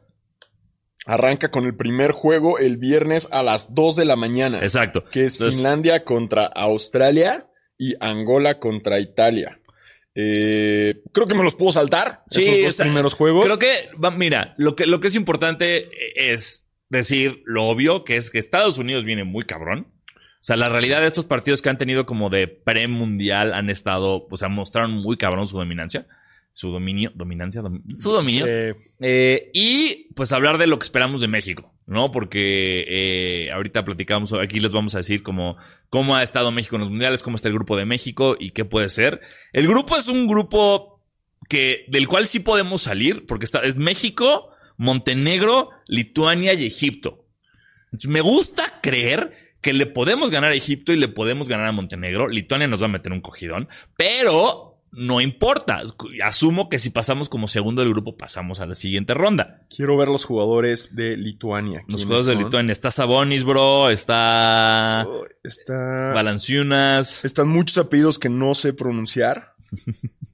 Arranca con el primer juego el viernes a las 2 de la mañana,
Exacto.
que es
Entonces-
Finlandia contra Australia y Angola contra Italia. Eh, creo que me los puedo saltar,
Sí,
esos dos
o sea,
primeros juegos.
Creo que, va- mira, lo que, lo que es importante eh, es decir lo obvio, que es que Estados Unidos viene muy cabrón. O sea, la realidad de estos partidos que han tenido como de premundial han estado, o sea, mostraron muy cabrón su dominancia. Su dominio, dominancia, Dom- su dominio.
Eh,
Eh, y pues hablar de lo que esperamos de México, ¿no? Porque eh, ahorita platicamos, aquí les vamos a decir como cómo ha estado México en los mundiales, cómo está el grupo de México y qué puede ser. El grupo es un grupo que, del cual sí podemos salir, porque está, es México, Montenegro, Lituania y Egipto. Me gusta creer que le podemos ganar a Egipto y le podemos ganar a Montenegro. Lituania nos va a meter un cogidón, pero no importa. Asumo que si pasamos como segundo del grupo, pasamos a la siguiente ronda.
quiero ver los jugadores de Lituania.
Los
¿Quiénes
juegos de
son?
Lituania. Está Sabonis, bro. Está
Oh, está-
Balanciunas. [LAUGHS]
Están muchos apellidos que no sé pronunciar.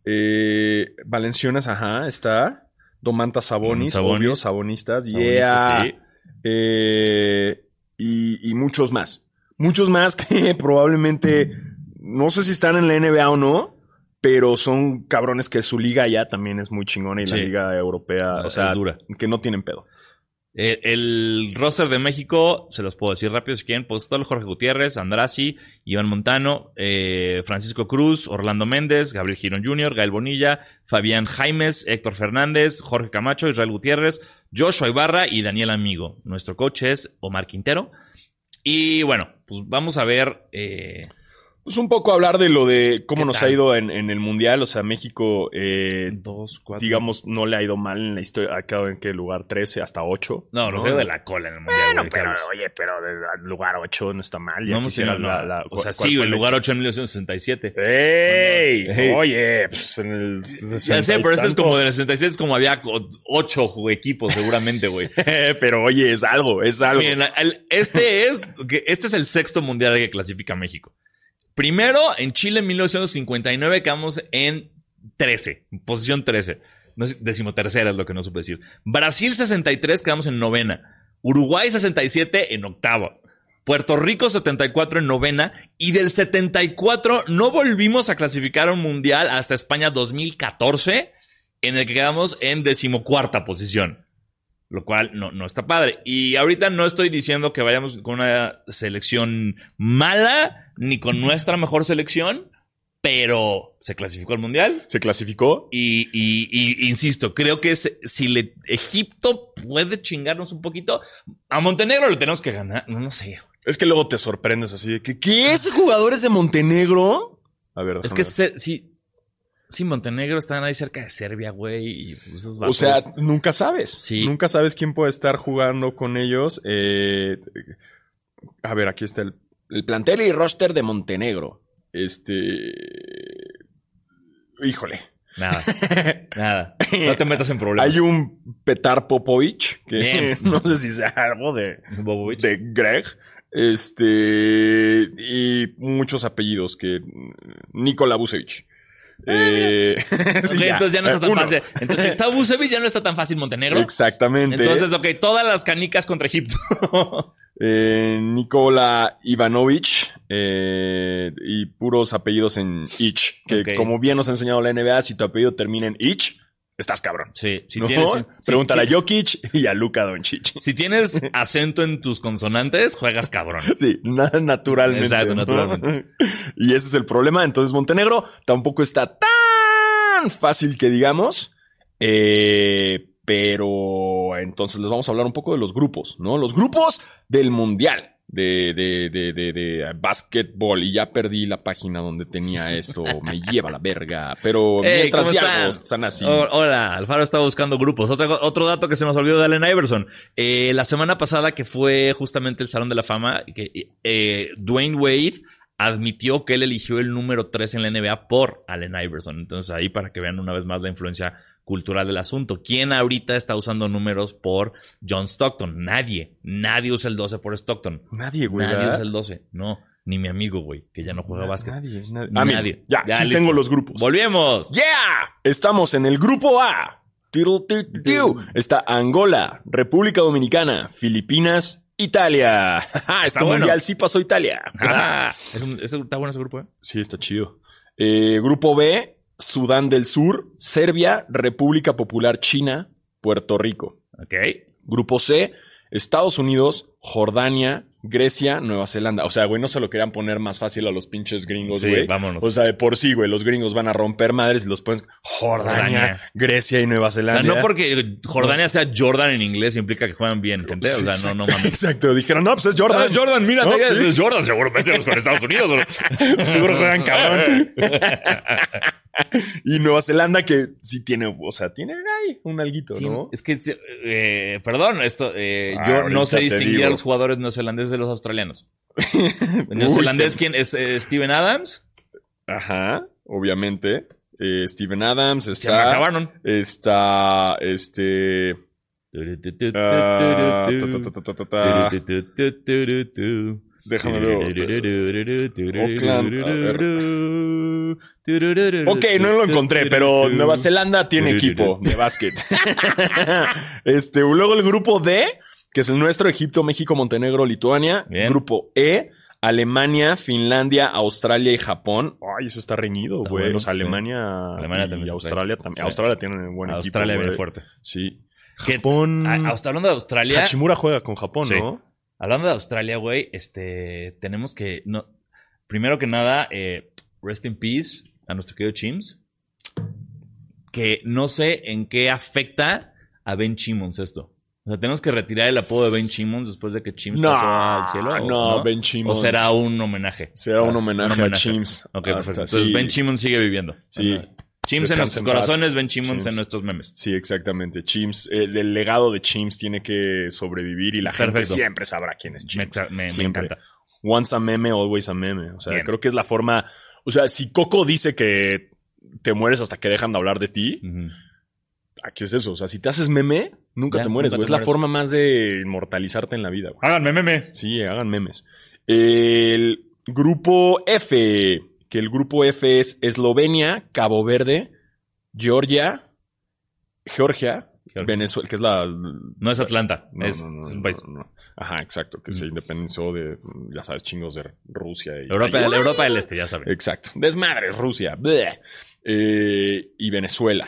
Eh, Valencianas, ajá, está. Domantas Sabonis,
Sabonis.
obvio, Sabonistas, yeah.
Sabonistas, sí.
Eh, y, y muchos más. Muchos más que [LAUGHS] probablemente, no sé si están en la NBA o no, pero son cabrones que su liga ya también es muy chingona y la
Sí.
liga europea, o
Es
sea,
dura.
que no tienen pedo.
Eh, el roster de México, se los puedo decir rápido si quieren, Postol, Jorge Gutiérrez, Andrasi, Iván Montano, eh, Francisco Cruz, Orlando Méndez, Gabriel Girón Jr., Gael Bonilla, Fabián Jaimes, Héctor Fernández, Jorge Camacho, Israel Gutiérrez, Joshua Ibarra y Daniel Amigo. Nuestro coach es Omar Quintero. Y bueno, pues vamos a ver. eh,
Pues un poco hablar de lo de cómo
¿Qué
nos
tal?
ha ido en, en el mundial, o sea, México, eh,
dos, cuatro.
digamos, no le ha ido mal en la historia, ha quedado en qué lugar 13 hasta 8.
No, los dedos de la cola en el mundial.
Bueno,
güey,
pero
Carlos.
oye, pero el lugar 8 no está mal. ya
No, sí,
quisiera
no, no.
la- la-
o sea,
¿cuál-
sí,
cuál
el
fue
lugar
la-
8 en 1967.
¡Ey!
Ey.
Oye, pues en el.
Ya
60
sé,
y
pero este es
tanto.
como del 67, es como había co- ocho ju- equipos seguramente, güey.
"Eh, pero oye, es algo, es algo.
Miren, el- este es, que- este es el sexto mundial que clasifica México. Primero, en Chile en 1959 quedamos en 13, posición 13. No sé, decimotercera es lo que no supe decir. Brasil 63 quedamos en novena. Uruguay 67 en octava. Puerto Rico 74 en novena. Y del 74 no volvimos a clasificar a un mundial hasta España 2014, en el que quedamos en decimocuarta posición lo cual no, no está padre. Y ahorita no estoy diciendo que vayamos con una selección mala, ni con nuestra mejor selección, pero se clasificó al Mundial.
Se clasificó.
Y, y- y insisto, creo que se- si le, Egipto puede chingarnos un poquito, a Montenegro le tenemos que ganar. No, no sé. güey.
Es que luego te sorprendes así de que. [LAUGHS] ¿Qué es jugadores de Montenegro? A ver,
Es
déjame
que
ver.
se- si, si Montenegro están ahí cerca de Serbia, güey, y pues, esos
O
vatos-
sea, nunca sabes.
Sí.
Nunca sabes quién puede estar jugando con ellos. Eh, a ver, aquí está el, el plantel y roster de Montenegro. Este. Híjole.
nada,
[LAUGHS]
nada. No te metas en problemas.
Hay un Petar Popovich, que
Bien.
[LAUGHS] no sé si sea algo de,
Bobovic.
de Greg. Este. Y muchos apellidos que. mm, Nikola Busevich. Eh, [LAUGHS] sí,
Ah,
Eh,
Ok, entonces ya no está tan
Uno.
fácil. Entonces, si está Busevich, ya no está tan fácil Montenegro.
Exactamente.
Entonces, ok, todas las canicas
[LAUGHS]
contra Egipto.
Eh, Nikola Ivanovich eh, y puros apellidos en Ich. Que
Ok.
como bien nos ha enseñado la NBA, si tu apellido termina en Ich, estás cabrón.
Sí, si
¿No?
tienes.
Pregúntale
si-
a Jokic y a Luka Doncic.
Si tienes acento en tus consonantes, juegas cabrón.
Sí, na- naturalmente.
Exacto,
¿no?
naturalmente.
[LAUGHS] Y ese es el problema. Entonces, Montenegro tampoco está tan fácil que digamos. Eh, pero entonces les vamos a hablar un poco de los grupos, ¿no? Los grupos del Mundial. De, de, de, de, de básquetbol y ya perdí la página donde tenía esto,
[LAUGHS]
me lleva la verga, pero
Ey,
mientras
¿cómo
ya
están?
están así.
O- hola, Alfaro está buscando grupos. Otra co- Otro, dato que se nos olvidó de Allen Iverson. Eh, la semana pasada, que fue justamente el Salón de la Fama, que, eh, Dwayne Wade admitió que él eligió el número 3 en la NBA por Allen Iverson. Entonces, ahí para que vean una vez más la influencia cultural del asunto. ¿Quién ahorita está usando números por John Stockton? Nadie. Nadie usa el 12 por Stockton.
Nadie, güey.
Nadie
¿verdad?
usa el 12. No, ni mi amigo, güey, que ya no juega básquet.
Nadie, nadie.
Ni
Ah, mira,
nadie.
Ya,
Ya,
aquí
listo.
tengo los grupos.
¡Volvemos!
¡Yeah! Estamos en el grupo A. Tiru, tiu, tiu, tiu. Está Angola, República Dominicana, Filipinas, Italia. [LAUGHS] este
bueno.
mundial sí pasó Italia.
Ah, es un- es un- está bueno ese grupo, ¿eh?
[LAUGHS] sí, está chido. Eh, grupo B, Sudán del Sur, Serbia, República Popular China, Puerto Rico.
Ok.
Grupo C, Estados Unidos, Jordania, Grecia, Nueva Zelanda. O sea, güey, no se lo querían poner más fácil a los pinches gringos,
Sí,
güey.
vámonos.
O sea, de por sí, güey, los gringos van a romper madres y los ponen Jordania,
Jordania.
Grecia y Nueva
O sea,
Zelanda.
no porque Jordania sea Jordan en inglés implica que juegan bien, gente. O sea, no, no
[LAUGHS]
mames.
Exacto, dijeron, no, pues es Jordan.
Ah, Jordan, mira,
No, sí.
Jordan seguramente los con Estados Unidos. ¿no?
Seguro juegan cabrón. [LAUGHS] y Nueva Zelanda que sí tiene, o sea, tiene ahí un alguito,
Sí,
¿no?
Es que, eh, perdón, esto, eh,
Ah,
yo no
ahorita
sé
te
distinguir a
digo.
los jugadores neozelandeses de los australianos. El
Uy,
neozelandés, ¿quién es? Eh, Steven Adams.
te- Ajá, obviamente. Eh, Steven Adams
Se me
está.
acabaron.
Está. Este. Ah, ta, ta, ta, ta, ta, ta. Déjame ver. otro. Oakland, a ver. [LAUGHS] Ok, no lo encontré, pero Nueva Zelanda tiene equipo de básquet. [LAUGHS] este, luego el grupo D, que es el nuestro, Egipto, México, Montenegro, Lituania.
Bien.
Grupo E, Alemania, Finlandia, Australia y Japón. Ay, eso está reñido,
Está
güey.
bueno,
O sea,
sí.
Alemania,
Alemania
y
también está
Australia también.
Sí.
Australia tiene un buen
Australia
equipo,
viene
güey.
fuerte.
Sí. Ah,
Que-
Japón.
A- hasta hablando de Australia,
Hachimura juega con Japón,
Sí.
¿no?
hablando de Australia, güey, este, tenemos que, no, primero que nada, eh, rest in peace a nuestro querido Chims, que no sé en qué afecta a Ben Simmons esto. O sea, tenemos que retirar el apodo de Ben Simmons después de que Chims pasó al cielo. ¿o
Ah, no, Ben Simmons.
O será un homenaje.
Será un homenaje, a Chims.
Ok,
Hasta-
perfecto. Entonces
sí.
Ben Simmons sigue viviendo.
Sí.
Chims
Descansa
en nuestros
en paz.
corazones, Ben Simmons
Chims.
en nuestros memes.
Sí, exactamente. Chims, el, el legado de Chims tiene que sobrevivir y la gente
Perfecto.
siempre sabrá quién es
Me,
Chims.
me- me
Siempre.
encanta.
Once a meme, always a meme. O sea,
Bien.
creo que es la forma. O sea, si Coco dice que te mueres hasta que dejan de hablar de ti,
Ujú.
¿a qué es eso? O sea, si te haces meme, nunca
Ya,
te mueres.
nunca
güey.
te
Es la
mueres.
forma más de inmortalizarte en la vida. güey.
Háganme meme.
Sí, hagan memes. El grupo F, que el grupo F es Eslovenia, Cabo Verde, Georgia, Georgia,
Georgia.
Venezuela, que es la...
No es Atlanta,
no,
es
no, no,
un
no,
país.
no. Ajá, exacto, que se independenció de, mm, ya sabes, chingos de Rusia. Y
Mm. Europa, del- Europa del Este, ya saben.
Exacto. Desmadre, Rusia. bleh. Eh, y Venezuela.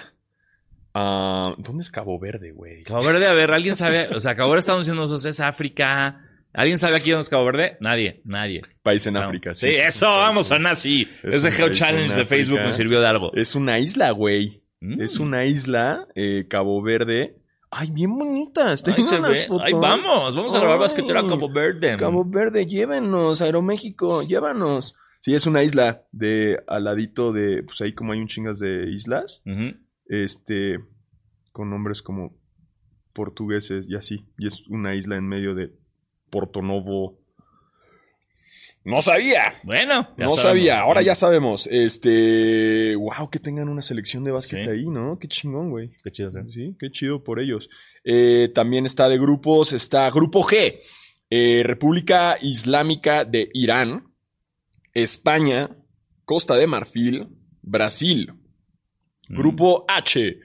Ah, ¿Dónde es Cabo Verde, güey?
Cabo Verde, a ver, ¿alguien sabe? O sea, Cabo Verde estamos diciendo nosotros, es África. ¿Alguien sabe aquí dónde es Cabo Verde? Nadie, nadie.
País en
No.
África.
Sí,
es un
eso,
país
vamos,
en-
a nazi.
es
Ese
un
Geo
país
Challenge
en
de Facebook
África.
nos sirvió de algo.
Es una isla, güey.
Mm.
Es una isla, eh, Cabo Verde. Ay, bien bonita. Estoy
Ay,
viendo
se
las
ve.
fotos.
Ay, vamos, vamos a grabar
Ay,
basquetera Cabo Verde.
Cabo Verde, llévenos, Aeroméxico, llévanos. Sí, es una isla de al ladito de, pues ahí como hay un chingas de islas,
Ujú.
este, con nombres como portugueses y así. Y es una isla en medio de Porto Novo. No sabía.
Bueno, ya
no
sabemos.
sabía, ahora ya sabemos. Este, wow, que tengan una selección de básquet
Sí.
ahí, ¿no? Qué chingón, güey.
Qué chido, ¿eh? ¿sí?
Sí, qué chido por ellos. Eh, también está de grupos, está Grupo G, eh, República Islámica de Irán, España, Costa de Marfil, Brasil.
Mm.
Grupo H,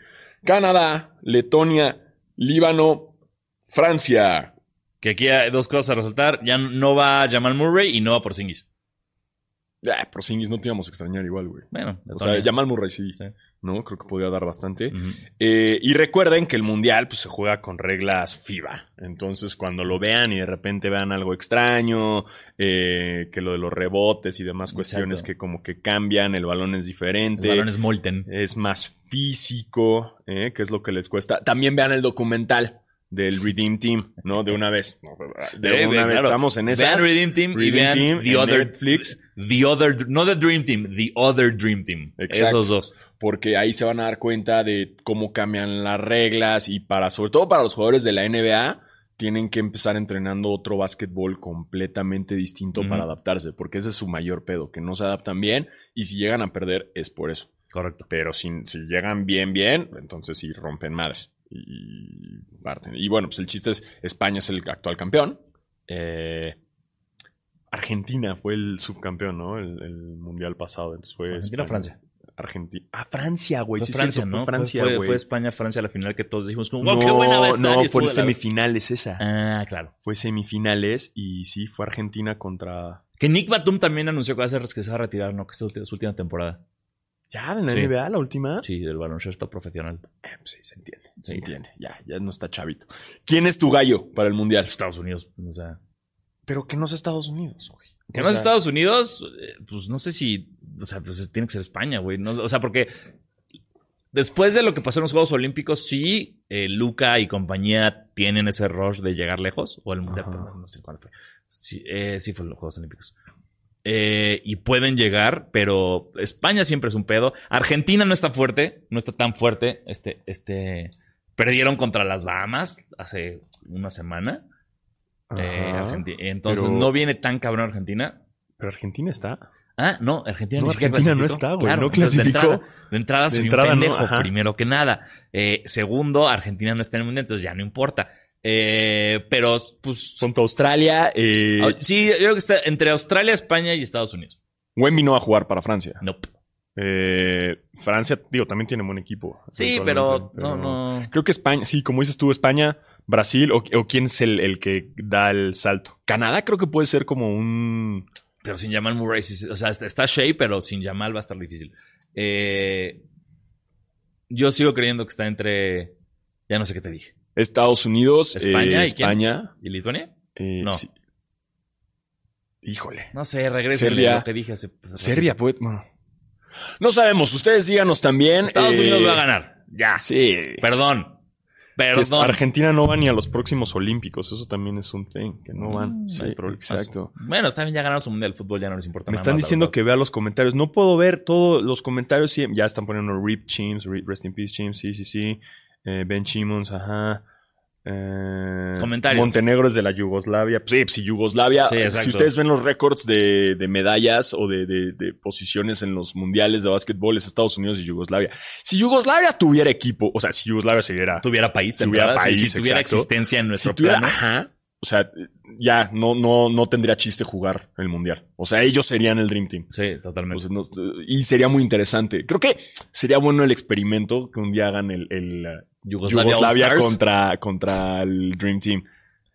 Canadá, Letonia, Líbano, Francia.
Que aquí hay dos cosas a resaltar. Ya no va Jamal Murray y no va Porzingis.
Ah, Porzingis no te íbamos a extrañar igual, güey.
Bueno, de
O
todas
sea,
maneras.
Jamal Murray sí,
Sí.
¿no? Creo que podía dar bastante.
Ujú.
Eh, y recuerden que el mundial pues, se juega con reglas FIBA. Entonces, cuando lo vean y de repente vean algo extraño, eh, que lo de los rebotes y demás cuestiones
Exacto.
que como que cambian, el balón es diferente,
El balón es Molten.
es más físico, eh, que es lo que les cuesta. También vean el documental del Redeem Team, ¿no? De una vez. De
Eh,
una
ve,
vez
claro.
estamos en
Vean
esas.
Redeem Team y
Redeem
vean
Team
The
en
Other
Netflix.
The Other, no The Dream Team, The Other Dream Team.
Exacto.
Esos dos.
porque ahí se van a dar cuenta de cómo cambian las reglas y para, sobre todo para los jugadores de la NBA, tienen que empezar entrenando otro básquetbol completamente distinto
Ujú.
para adaptarse, porque ese es su mayor pedo, que no se adaptan bien y si llegan a perder es por eso.
Correcto.
Pero si, si llegan bien, bien, entonces sí rompen madres y parten. Y bueno, pues el chiste es, España es el actual campeón. Eh, Argentina fue el subcampeón, ¿no? El, el mundial pasado, entonces fue...
Argentina,
España.
Francia.
Argentina. Ah, Francia, güey.
Fue
Pues, Sí,
Francia,
Francia, Fue
¿no? Fue-
Francia,
fue,
güey.
fue España, Francia, la final que todos dijimos como, wow, qué buena va a estar.
no,
Y
fue
estuvo de la-
semifinales esa.
Ah, claro.
Fue semifinales y sí, fue Argentina contra.
Que Nick Batum también anunció que va a ser que se va a retirar, ¿no? Que es su ulti- su última temporada.
Ya, en la
Sí.
NBA, la última.
Sí, del baloncesto profesional.
Eh, pues sí, se entiende. Se
Sí.
entiende. Ya, ya no está chavito. ¿Quién es tu gallo para el mundial?
Estados Unidos, o sea.
Pero que no es Estados Unidos, güey.
Que
O
no es
sea,
Estados Unidos, eh, pues no sé si. O sea, pues tiene que ser España, güey. No, o sea, porque después de lo que pasó en los Juegos Olímpicos, sí, eh, Luca y compañía tienen ese rush de llegar lejos. O el Mundial,
Ajá.
no, no sé cuándo fue. Sí, eh, sí fue en los Juegos Olímpicos. Eh, y pueden llegar, pero España siempre es un pedo. Argentina no está fuerte, no está tan fuerte. Este, este. Perdieron contra las Bahamas hace una semana. eh,
ajá.
Argenti- Entonces
pero-
no viene tan cabrón Argentina.
Pero Argentina está.
Ah, no, Argentina
No,
ni siquiera
Argentina no
clasificó.
está, güey, no
entonces,
clasificó.
De entrada, de entrada
De
soy
entrada, no,
un pendejo,
ajá.
primero que nada. Eh, segundo, Argentina no está en el mundial, entonces ya no importa. Eh, pero, pues.
Contra Australia. Eh,
ah, sí, yo creo que está entre Australia, España y Estados Unidos.
Wemby no va a jugar para Francia.
Nope.
Eh, Francia, digo, también tiene buen equipo.
Sí, pero,
eventualmente,
no, no.
Creo que España, sí, como dices tú, España, Brasil, o, o quién es el, el que da el salto. Canadá creo que puede ser como un.
Pero sin Jamal Murray, sí, sí, o sea, está- está Shea, pero sin Jamal va a estar difícil. Eh, yo sigo creyendo que está entre. Ya no sé qué te dije.
Estados Unidos,
España,
eh,
¿y quién?
España.
¿Y Lituania?
eh,
No.
sí. Híjole.
No sé, regresa
Serbia.
lo que dije hace. pues, hace
Serbia, puede. bueno. No sabemos, ustedes díganos también.
ratito. Estados
eh,
Unidos va a ganar. Ya.
Sí.
Perdón.
Que es-
Perdón.
Argentina no va ni a los próximos Olímpicos, eso también es un thing, que no van.
Mm,
Sí,
no hay problema.
exacto.
Bueno, está bien, ya ganaron su mundial. El fútbol ya no les importa
Me
nada
están
más, la
diciendo
verdad.
que vea los comentarios. No puedo ver todos los comentarios. sí, ya están poniendo RIP Chimps, Rip- Rest in Peace Chimps, sí, sí, sí. Eh, ben Chimons, ajá. Eh,
Comentarios.
Montenegro es de la Yugoslavia. Pues, sí, pues, sí, Yugoslavia.
Sí, exacto.
si ustedes ven los récords de, de medallas o de, de- de posiciones en los mundiales de básquetbol, es Estados Unidos y Yugoslavia. Si Yugoslavia tuviera equipo, o sea, si Yugoslavia siguiera
Tuviera país,
Si hubiera
¿verdad? Sí,
país,
si tuviera
exacto.
existencia en nuestro
si tuviera, [LAUGHS]
plano.
ajá, o sea, ya no, no, no tendría chiste jugar el mundial. O sea, ellos serían el Dream Team.
Sí, totalmente.
O sea, no, eh, y sería muy interesante. Creo que sería bueno el experimento que un día hagan el, el, eh,
Yugoslavia,
Yugoslavia,
All-Stars.
contra, contra el Dream Team.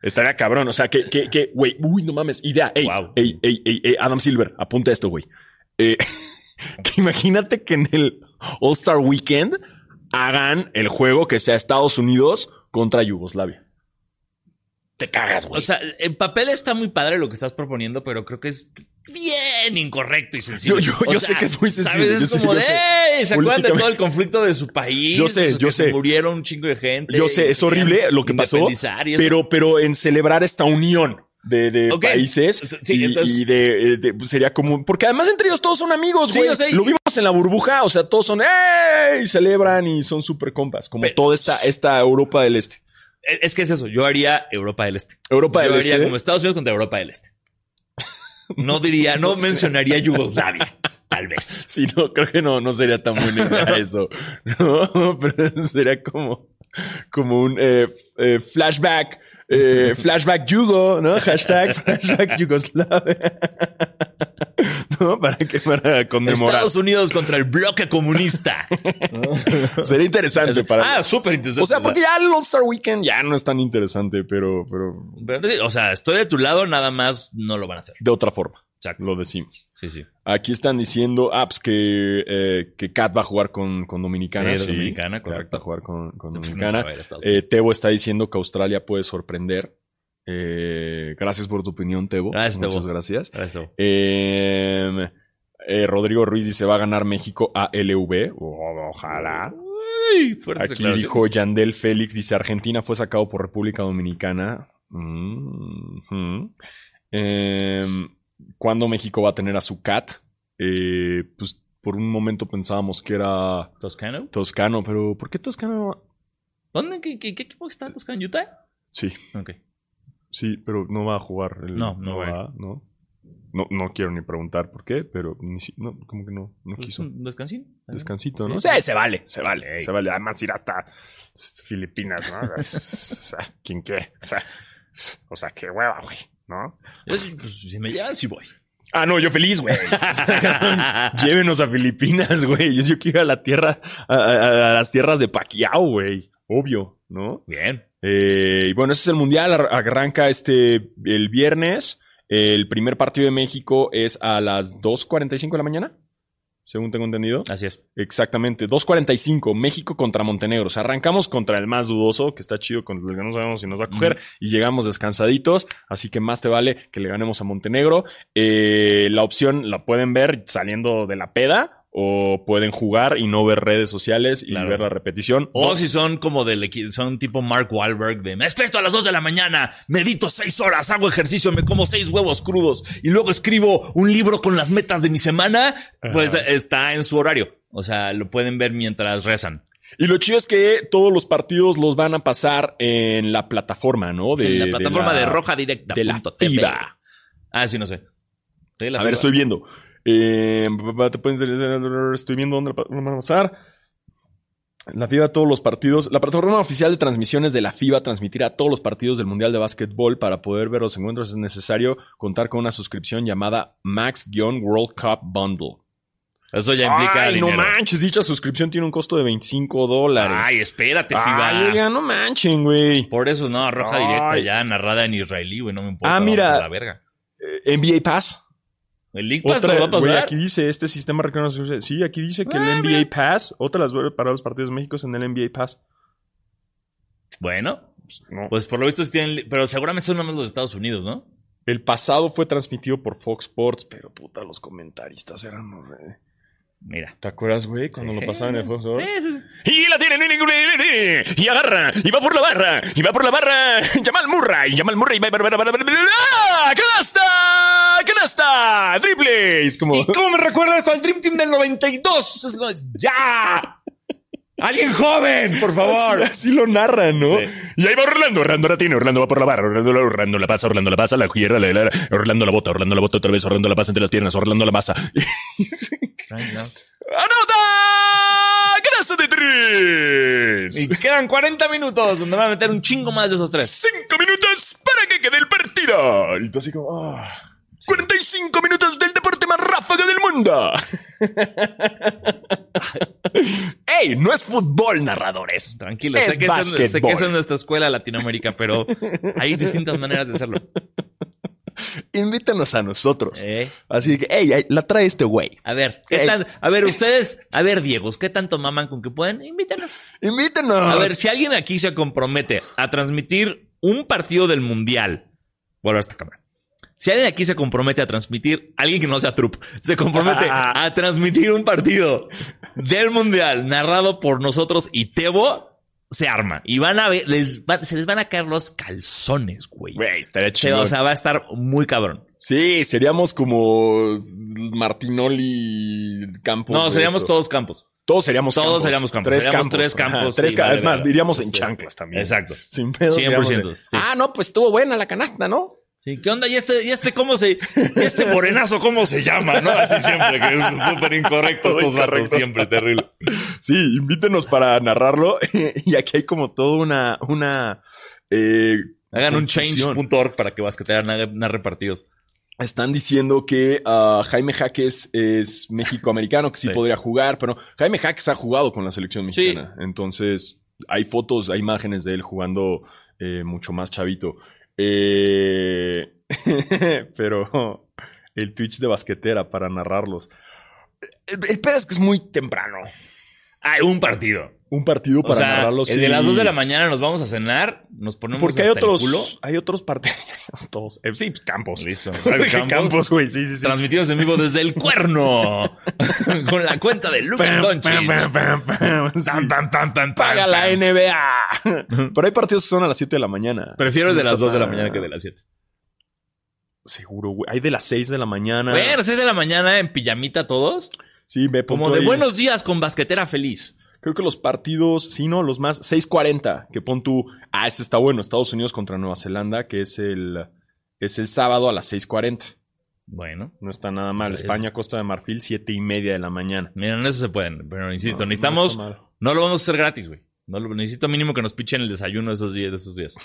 Estaría cabrón. O sea, que, que, que, güey, uy, no mames. Idea, ey,
Wow.
ey, ey, ey, ey, Adam Silver, apunta esto, güey. Eh, [LAUGHS] que imagínate que en el All-Star Weekend hagan el juego que sea Estados Unidos contra Yugoslavia. Te cagas, güey.
O sea, en papel está muy padre lo que estás proponiendo, pero creo que es bien incorrecto y sencillo.
Yo- yo-
O
yo sé que es muy sencillo,
¿sabes? Es
yo sé,
como
yo
de,
sé.
"Ey, ¿se acuerdan de
Políticamente-
todo el conflicto de su país?
Yo sé,
Esos
yo
que
sé.
se Murieron un chingo de gente.
Yo
y
sé,
se
es horrible
querían
lo que pasó,
independizar y es-
pero, pero en celebrar esta unión de, de
Ok.
países
Sí,
y,
entonces-
y de, eh, de- pues, sería como porque además entre ellos todos son amigos,
Sí,
güey.
o sea, y-
Lo vimos en la burbuja, o sea, todos son ¡ey! celebran y son súper compas, como
Pero-
toda esta, esta Europa del Este.
Es, es que es eso. Yo haría Europa del Este.
Europa
yo
del
haría
Este.
como Estados Unidos contra Europa del Este. No
[LAUGHS]
diría, no mencionaría Yugoslavia, tal vez.
Sí, no, creo que no, no sería tan buena [LAUGHS] idea eso. No, [LAUGHS] pero sería como, como un eh, f- eh, flashback. [LAUGHS] eh, flashback Yugo, ¿no? Hashtag [LAUGHS] flashback Yugoslavia. [LAUGHS] ¿No? Para que para conmemorar.
Estados Unidos contra el
[LAUGHS]
bloque comunista.
Sería interesante para.
ah, súper interesante.
o sea, porque ya el All-Star Weekend ya no es tan interesante, pero, pero
Pero sí, O sea, estoy de tu lado, nada más no lo van a hacer.
de otra forma,
Exacto.
lo decimos.
Sí, sí.
Aquí están diciendo, ah, pues que, eh, que Kat va a jugar con, con Dominicana.
Sí, Dominicana,
Kat
correcto.
Va a jugar con, con
Sí, pues,
Dominicana.
nunca va a ir a Estados Unidos.
Eh, Tebo está diciendo que Australia puede sorprender. Eh, gracias por tu opinión, Tebo.
Gracias, Tebo.
Muchas gracias.
Eso.
Eh, eh, Rodrigo Ruiz dice: ¿Va a ganar México a LV? Oh, ojalá.
Uy, fuertes
Aquí
declaraciones.
dijo Yandel Félix: dice Argentina fue sacado por República Dominicana. Mhm. Eh, ¿Cuándo México va a tener a su cat? Eh, pues por un momento pensábamos que era
Toscano.
Toscano, pero ¿por qué Toscano?
¿Dónde? ¿Qué, qué, qué equipo está Toscano? ¿Utah?
Sí,
Ok.
Sí, pero no va a jugar. el-
No, no va a
va, ¿no? No, no quiero ni preguntar por qué, pero ni si- no, como que no, no
Pues,
quiso.
un Descansín.
Descansito, ¿no?
Sí.
se vale, se vale. Se vale. Además, ir hasta Filipinas,
[LAUGHS]
¿no? o sea, ¿quién qué? O sea, o sea, qué hueva, güey, ¿no?
Yo sí, pues, si me
[LAUGHS]
llevan, sí voy.
Ah, no, yo feliz,
[LAUGHS]
güey. Llévenos a Filipinas, güey. Yo- Yo quiero ir a la tierra, a, a- a las tierras de Paquiao, güey. Obvio, ¿no?
Bien.
Eh, y bueno, ese es el mundial. ar- Arranca este el viernes. El primer partido de México es a las 2.45 de la mañana, según tengo entendido.
Así es.
Exactamente, 2.45, México contra Montenegro. O sea, arrancamos contra el más dudoso, que está chido, contra el que no sabemos si nos va a coger, y llegamos descansaditos, así que más te vale que le ganemos a Montenegro. Eh, la opción la pueden ver saliendo de la peda, o pueden jugar y no ver redes sociales y
Claro.
ver la repetición.
O si son como del equi- son tipo Mark Wahlberg de me despierto a las 2 de la mañana, medito 6 horas, hago ejercicio, me como 6 huevos crudos y luego escribo un libro con las metas de mi semana, pues está en su horario. O sea, lo pueden ver mientras rezan.
Y lo chido es que todos los partidos los van a pasar en la plataforma, ¿no?
en la plataforma de,
la-
Roja Directa.
de la
punto TV.
FIBA.
Ah, sí, no sé. Sí, la
A ver,
FIBA.
estoy viendo. Eh, te pueden- estoy viendo dónde la plataforma van a pasar. La FIBA, todos los partidos. La plataforma oficial de transmisiones de la FIBA transmitirá todos los partidos del Mundial de Básquetbol. Para poder ver los encuentros es necesario contar con una suscripción llamada Max-World Cup Bundle.
Eso ya implica
Ay, no
dinero.
manches, dicha suscripción tiene un costo de 25 dólares.
Ay, espérate,
Ay,
FIBA.
oiga, no manchen, güey.
Por eso, no, roja directa
Ay.
ya, narrada en israelí, güey, no me importa.
Ah,
vamos
mira.
a La verga.
Eh, NBA Pass.
El link pass
Otra,
lo va a pasar.
güey, aquí dice, este sistema requiere una suscripción. Sí, aquí dice que el NBA Pass, otra las vuelve para los partidos méxicos en el NBA Pass.
Bueno,
No.
pues por lo visto sí tienen. li- Pero seguramente son nada más los de Estados Unidos, ¿no?
El pasado fue transmitido por Fox Sports, pero puta, los comentaristas eran horribles.
Mira.
¿Te acuerdas, güey, cuando lo pasaban en el Fox Sports?
Y la tiene, nene, nene, nene, y agarra, y va por la barra, y va por la barra, [LAUGHS] Jamal Murray, Jamal Murray, va, va, va, va, va, va, va, ¡Ah! canasta, canasta, triples, como...
cómo me recuerda esto al Dream Team del 92? Es como, ¡Ya! ¡Alguien joven, por favor!
Así lo narran, ¿no?
Sí.
Y ahí va Orlando, Orlando la tiene, Orlando va por la barra, Orlando, la- Orlando la pasa, Orlando la pasa, la gira, la, la- Orlando la bota, Orlando la bota otra vez, Orlando la pasa entre las piernas, Orlando la masa. ¡Anota! ¡Canasta de
Y
tres!
quedan 40 minutos donde van a meter un chingo más de esos tres.
¡Cinco minutos para que quede el partido! Y tú así como... ah. 45 minutos del deporte más ráfaga del [LAUGHS] mundo. ¡Ey! No es fútbol, narradores.
Tranquilo,
Es
sé, que es, en- sé que es
básquetbol.
en nuestra escuela Latinoamérica, pero hay distintas maneras de hacerlo.
Invítanos a nosotros.
¿Eh?
Así que, ¡ey! La trae este güey.
A ver, ¿qué
Ey.
tan- a ver, ustedes, a ver, Diegos, ¿qué tanto maman con que pueden? Invítanos.
Invítanos.
A ver, si alguien aquí se compromete a transmitir un partido del Mundial, vuelvo a esta cámara. Si alguien aquí se compromete a transmitir, alguien que no sea Trup,
[LAUGHS]
se compromete a transmitir un partido del Mundial narrado por nosotros y Tebo, se arma. Y van a ver, les va- se les van a caer los calzones, güey.
Güey, estaría
Se-
chido.
o sea, va a estar muy cabrón.
Sí, seríamos como Martinoli Campos.
No,
de
seríamos
Pues eso.
todos campos.
Todos seríamos
Todos
campos.
seríamos campos.
Tres
Seríamos
campos.
tres campos,
Tres
sí,
ca-
vale,
es más,
vale.
iríamos en
Sí.
chanclas también.
Exacto.
Sin pedo.
100%.
iríamos en-
sí.
Ah, no, pues estuvo buena la canasta, ¿no?
Sí, ¿Qué onda? ¿Y este, y este cómo se. y este morenazo cómo se llama? ¿No? Así siempre, que es súper incorrecto
Todo
estos vatos,
incorrecto.
siempre terrible.
Sí, invítenos para narrarlo. [LAUGHS] y aquí hay como toda una. una eh,
Hagan un
Confusión.
change.org para que basquetear narre, narre partidos.
están diciendo que ah, Jaime Jaques es mexicoamericano, que sí,
[LAUGHS] Sí.
podría jugar, pero Jaime Jaques ha jugado con la selección mexicana. Entonces, hay fotos, hay imágenes de él jugando eh, mucho más chavito. Eh, [LAUGHS] pero el Twitch de basquetera para narrarlos. El, el pedo es que es muy temprano.
Hay un partido.
Un partido
O
para
sea,
narrarlos.
el de
sí.
las 2 de la mañana nos vamos a cenar, nos ponemos
Porque hay
hasta el culo.
otros, hay otros partidos. [LAUGHS] Todos. Eh, sí, Campos.
[LAUGHS]
[LAUGHS]
Listo.
Campos,
Campos.
güey. Sí, sí, sí.
Transmitidos en vivo desde
[LAUGHS]
el cuerno. Con la cuenta de Lucas Doncic. [LAUGHS]
Sí.
Tan, tan, tan, tan,
Paga
tan,
la
tan.
NBA. [LAUGHS] Pero hay partidos que son a las 7 de la mañana.
Prefiero el de
No
las
está
2 de la
tan-
mañana que de las 7.
Seguro, güey. Hay de las 6 de la mañana.
Bueno, 6 de la mañana en pijamita todos.
sí, me
Como
punto
de
ahí.
buenos días con basquetera feliz.
Creo que los partidos, sí, no, los más. 6.40, que pon tú. Ah, este está bueno. Estados Unidos contra Nueva Zelanda, que es el, es el sábado a las 6.40.
Bueno.
No está nada mal.
Pues-
España, Costa de Marfil, 7 y media de la mañana.
Miren, eso se pueden, pero insisto,
No, no
necesitamos.
está
No,
mal. [LAUGHS]
lo vamos a hacer gratis, güey. No lo, necesito mínimo que nos pichen el desayuno de esos días. De esos días.